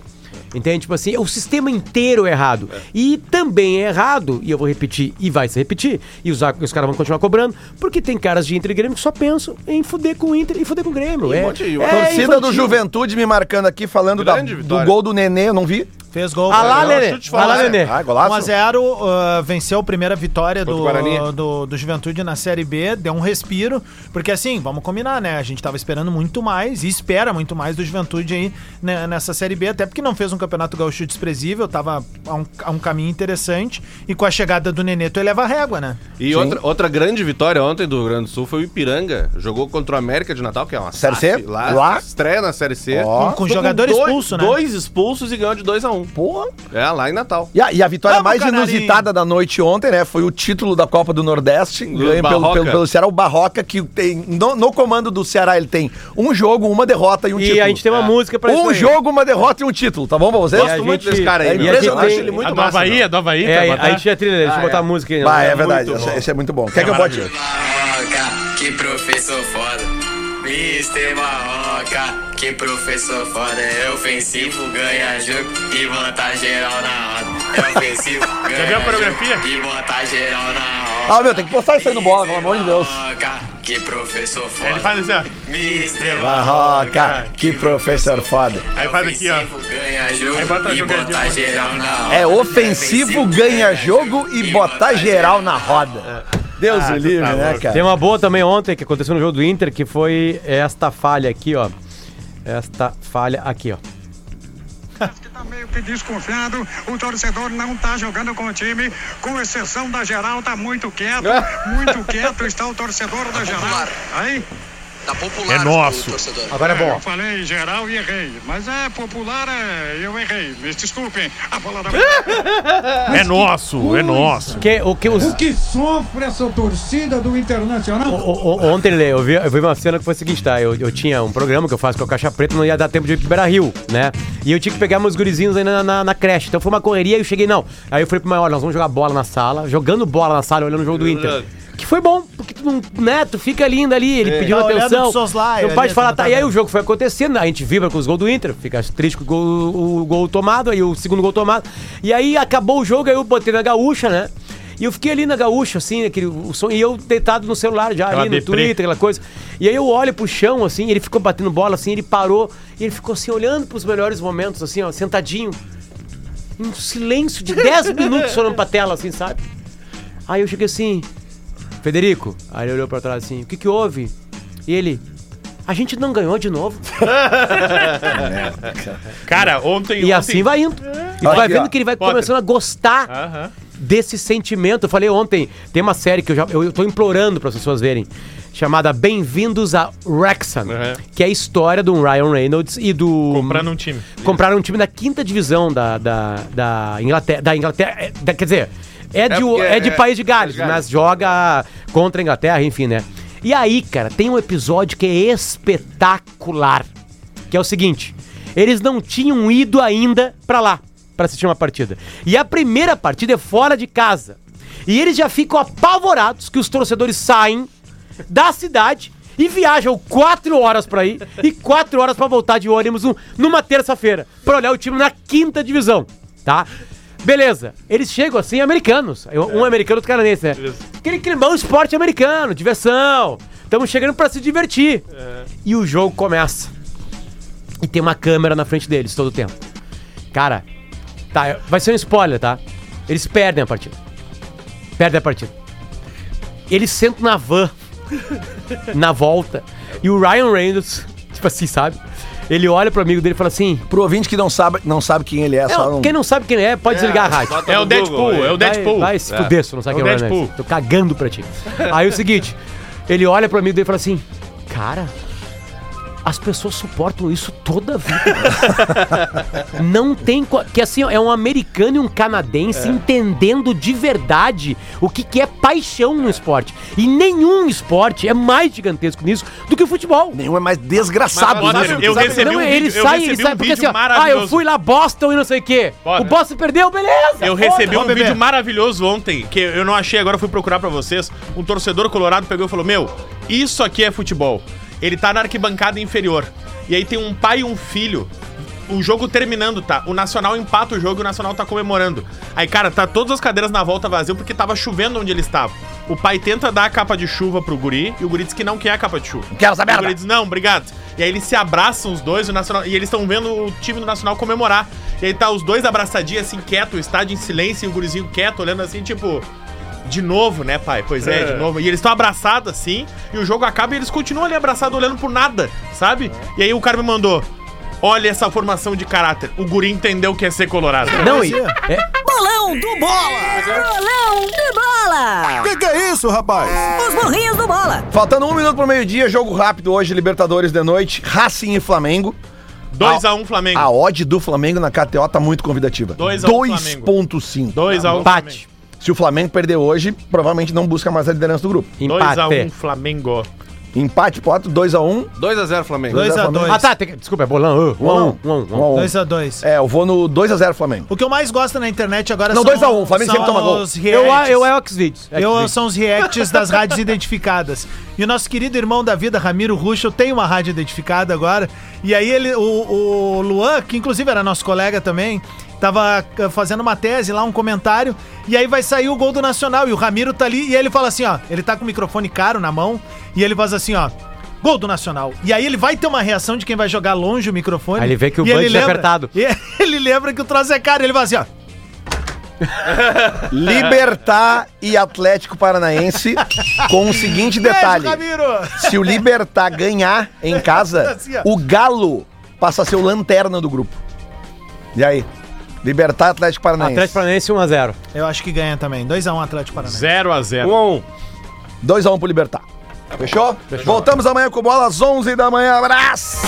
S4: Entende? Tipo assim, o sistema inteiro é errado. E também é errado, e eu vou repetir, e vai se repetir, e os, os caras vão continuar cobrando, porque tem caras de Inter e Grêmio que só pensam em fuder com o Inter e fuder com o Grêmio. é,
S8: monte de-
S4: é
S2: um Torcida do
S4: infantil.
S2: Juventude me marcando aqui, falando da-
S8: Grande
S2: do
S8: vitória.
S2: gol do Nenê, eu não vi.
S7: Fez gol.
S4: Ah lá,
S7: cara.
S4: Nenê.
S8: te
S4: Ah lá,
S8: falar,
S4: Nenê.
S2: Ah,
S7: 1x0, uh, venceu a primeira vitória
S8: Contra o
S7: do,
S8: Guarani.
S7: do, do Juventude na Série B, deu um respiro, porque assim, vamos combinar, né? A gente tava esperando muito mais e espera muito mais do Juventude aí né, nessa Série B, até porque não fez um campeonato gaúcho desprezível, tava a um, a um caminho interessante e com a chegada do Nenê, tu eleva a régua, né?
S8: E outra, outra grande vitória ontem do Rio Grande do Sul foi o Ipiranga. Jogou contra o América de Natal, que é uma
S2: Série
S8: SAF,
S2: C?
S8: Lá,
S2: Lá?
S8: Estreia na Série C.
S2: Ó.
S7: Com- com jogador
S8: dois-
S7: expulso, né?
S8: Dois expulsos e ganhou de 2 a 1 um.
S2: Porra.
S8: É, lá em Natal.
S2: E a, e a vitória
S7: Vamos,
S2: mais
S7: Canarinho.
S2: inusitada da noite ontem, né? Foi o título da Copa do Nordeste, ganho pelo,
S8: Barroca.
S2: pelo, pelo Ceará. O Barroca, que tem. No, no comando do Ceará, ele tem um jogo, uma derrota e um
S4: E
S2: título.
S4: a gente tem uma música pra isso.
S2: Um
S4: aí.
S2: jogo, uma derrota e um título, tá bom pra vocês?
S4: E a
S8: Gosto muito
S4: gente-
S8: desse cara
S2: é
S8: aí, meu.
S2: impressionante.
S8: Eu acho ele muito
S5: a do
S8: massa,
S5: Havaí, a do Havaí.
S4: É,
S5: tá,
S4: aí-
S5: botar.
S4: aí a gente tinha trilha, deixa eu botar a música aí.
S2: Bah,
S4: né?
S2: é verdade, esse, esse é muito bom. Quer que eu bote?
S10: Barroca, que professor foda. Mister Barroca, que professor foda. É ofensivo, ganha jogo e bota geral na roda. É ofensivo, ganha
S5: ver a
S10: jogo
S5: coreografia?
S10: e bota geral na roda.
S2: Ah, meu, tem que postar isso aí no bola, pelo amor de Deus.
S10: Barroca, que professor foda.
S5: Ele faz assim, ó.
S10: Mister É
S2: Barroca, que professor foda.
S5: Aí faz aqui, ó.
S10: ofensivo, ganha jogo
S5: Aí bota
S10: e
S5: jogadinho.
S10: bota geral na roda.
S2: É ofensivo, ganha jogo e botar geral na roda. Deus
S7: Ah,
S2: o livre,
S7: tá
S2: né,
S4: Tem
S2: cara?
S4: uma boa também ontem que aconteceu no jogo do Inter, que foi esta falha aqui, ó. Esta falha aqui, ó.
S11: que tá meio que desconfiado, o torcedor não tá jogando com o time, com exceção da geral, tá muito quieto, muito quieto está o torcedor da geral. Aí,
S10: da popular
S5: É nosso.
S10: do torcedor.
S5: Agora é bom.
S11: Eu falei em geral e errei. Mas é popular, é, eu errei. Me desculpem. A bola da.
S5: É nosso, é nosso.
S4: Que, o que os...
S12: sofre essa torcida do Internacional?
S4: O- Ontem, Lê, eu vi, eu vi uma cena que foi o seguinte, tá? Eu, eu tinha um programa que eu faço com a Caixa Preta, não ia dar tempo de ir pro Beira Rio, né? E eu tinha que pegar meus gurizinhos ainda na, na- na creche. Então foi uma correria e eu cheguei, não. Aí eu falei pro maior, olha, nós vamos jogar bola na sala, jogando bola na sala, olhando o jogo do Inter. Que foi bom, porque tu não, né, tu fica lindo ali, ele
S7: É.
S4: pediu
S7: Tá olhando
S4: atenção.
S7: pro Soslaio
S4: Não
S7: ali,
S4: pode falar,
S7: tá
S4: tá. E aí o jogo foi acontecendo, a gente vibra com os gols do Inter, fica triste com o gol, o gol tomado, aí o segundo gol tomado. E aí acabou o jogo, aí eu botei na gaúcha, né? E eu fiquei ali na gaúcha, assim, aquele, o som, e eu deitado no celular já,
S5: Aquela
S4: ali no
S5: deprê.
S4: Twitter, aquela coisa. E aí eu olho pro chão, assim, ele ficou batendo bola, assim, ele parou, e ele ficou assim, olhando pros melhores momentos, assim, ó, sentadinho. Um silêncio de 10 minutos olhando pra tela, assim, sabe? Aí eu cheguei assim, Federico. Aí ele olhou pra trás assim, o que que houve? E ele, a gente não ganhou de novo.
S5: Cara, ontem.
S4: E assim vai indo. E tu
S2: Aqui,
S4: vai vendo
S2: ó.
S4: que ele vai
S5: Potter.
S4: começando a gostar
S5: Aham.
S4: desse sentimento. Eu falei ontem, tem uma série que eu já eu, eu tô implorando para as pessoas verem, chamada Bem-vindos a Wrexham, que é a história do Ryan Reynolds e do
S5: Comprando um time.
S4: compraram um time da quinta divisão da da, da Inglaterra, da Inglaterra, é, da- quer dizer, é de,
S8: porque
S4: é de
S8: é-
S4: país de Gales,
S8: é de Gales.
S4: mas joga contra a Inglaterra, enfim, né? E aí, cara, tem um episódio que é espetacular, que é o seguinte: eles não tinham ido ainda pra lá pra assistir uma partida. E a primeira partida é fora de casa. E eles já ficam apavorados que os torcedores saem da cidade e viajam quatro horas pra ir e quatro horas pra voltar de ônibus num- numa terça-feira pra olhar o time na quinta divisão, tá? Beleza, eles chegam assim, americanos. Eu- Um americano, outro canadense, né? Aquele climão esporte americano, diversão. Estamos chegando pra se divertir. E o jogo começa. E tem uma câmera na frente deles todo o tempo. Cara, tá, eu- vai ser um spoiler, tá? Eles perdem a partida. Perdem a partida. Eles sentam na van na volta. E o Ryan Reynolds, tipo assim, sabe? Ele olha pro amigo dele e fala assim:
S2: Pro ouvinte que não sabe, não sabe quem ele é,
S4: "É,
S2: só não...
S4: Quem não sabe quem é, pode desligar a rádio.
S8: Bota
S5: É
S8: no
S5: o Deadpool,
S8: Google aí.
S5: é o
S4: Vai-
S5: Deadpool.
S4: Vai, se fuder, se tu não sabe
S5: É
S4: quem
S5: o
S4: é o Ryan
S5: Deadpool.
S4: Reynolds. Tô cagando pra ti. Aí é o seguinte: ele olha pro amigo dele e fala assim: Cara, as pessoas suportam isso toda a vida. Não tem. co- Que assim, ó, é um americano e um
S8: É.
S4: canadense entendendo de verdade o que, que é paixão no esporte. E nenhum esporte é mais gigantesco nisso do que o futebol.
S2: Nenhum é mais desgraçado.
S5: Mas,
S2: né?
S5: Potter, eu recebi
S4: Não,
S5: um
S4: ele
S5: vídeo- eu
S4: sai, ele
S5: recebi
S4: sai,
S5: um
S4: porque assim,
S5: vídeo
S4: ó, ah,
S5: maravilhoso.
S4: eu fui lá Boston e não sei o quê.
S5: Bora.
S4: O Boston perdeu, beleza.
S5: Eu
S4: foda.
S5: recebi um
S4: Bom, bebê.
S5: vídeo maravilhoso ontem, que eu não achei, agora eu fui procurar pra vocês. Um torcedor colorado pegou e falou: Meu, isso aqui é futebol. Ele tá na arquibancada inferior. E aí tem um pai e um filho. O jogo terminando, tá? O Nacional empata o jogo e o Nacional tá comemorando. Aí, cara, tá todas as cadeiras na volta vazio porque tava chovendo onde ele estava. O pai tenta dar a capa de chuva pro guri e o guri diz que não quer a capa de chuva.
S2: Quero essa
S5: E o
S2: merda.
S5: guri diz, não, obrigado. E aí eles se abraçam os dois, o Nacional, e eles estão vendo o time do Nacional comemorar. E aí tá os dois abraçadinhos, assim, quieto, o estádio em silêncio, e o gurizinho quieto, olhando assim, tipo. De novo, né, pai? Pois é, de novo. E eles estão abraçados assim, e o jogo acaba e eles continuam ali abraçados, olhando por nada, sabe? E aí o cara me mandou: olha essa formação de caráter. O guri entendeu o que é ser colorado.
S4: Não, e, é,
S13: Bolão do Bola! Bolão do Bola!
S3: Que que é isso, rapaz?
S13: Os morrinhos do Bola!
S2: Faltando um minuto pro meio-dia, jogo rápido hoje, Libertadores de noite, Racing e Flamengo.
S5: 2x1 um, Flamengo.
S2: A odd do Flamengo na KTO tá muito convidativa.
S5: Dois a um,
S2: 2.5.
S5: 2x1 um,
S4: empate.
S2: Se o Flamengo perder hoje, provavelmente não busca mais a liderança do grupo.
S4: Empate.
S5: 2x1 um, Flamengo.
S2: Empate, Potter, 2x1.
S8: 2x0 Flamengo.
S7: 2x2.
S4: Ah, tá. tem que- desculpa, é bolão. 1 a 1 1
S7: 2x2.
S2: É, eu vou no 2x0 Flamengo.
S7: O que eu mais gosto na internet agora
S2: Não,
S7: são...
S2: 2 a 1, o Flamengo
S7: são
S2: sempre toma gol.
S7: os
S4: Eu,
S7: reacts.
S4: eu é o Xvideos.
S7: Eu são os reacts das rádios identificadas. E o nosso querido irmão da vida, Ramiro Ruxo, tem uma rádio identificada agora. E aí ele, o, o Luan, que inclusive era nosso colega também, tava eh, fazendo uma tese lá, um comentário. E aí vai sair o gol do Nacional. E o Ramiro tá ali e ele fala assim, ó. Ele tá com o microfone caro na mão. E ele faz assim, ó. Gol do Nacional. E aí ele vai ter uma reação de quem vai jogar longe o microfone.
S4: Aí ele vê que o
S7: E ele
S4: budget é
S7: lembra-
S4: apertado.
S7: E ele lembra que o troço é caro. Ele vai assim, ó.
S2: Libertar e Atlético Paranaense com o seguinte detalhe.
S7: Beijo, Ramiro!
S2: Se o Libertar ganhar em casa,
S7: Assim, ó.
S2: o Galo passa a ser o lanterna do grupo. E aí? Libertar Atlético Paranaense.
S4: Atlético Paranaense 1 a 0.
S7: um Eu acho que ganha também. 2x1 Atlético Paranaense.
S5: 0x0.
S8: 1x1.
S2: 2x1 pro Libertar. Fechou? Fechou? Voltamos amanhã com bola às 11 da manhã. Abraço!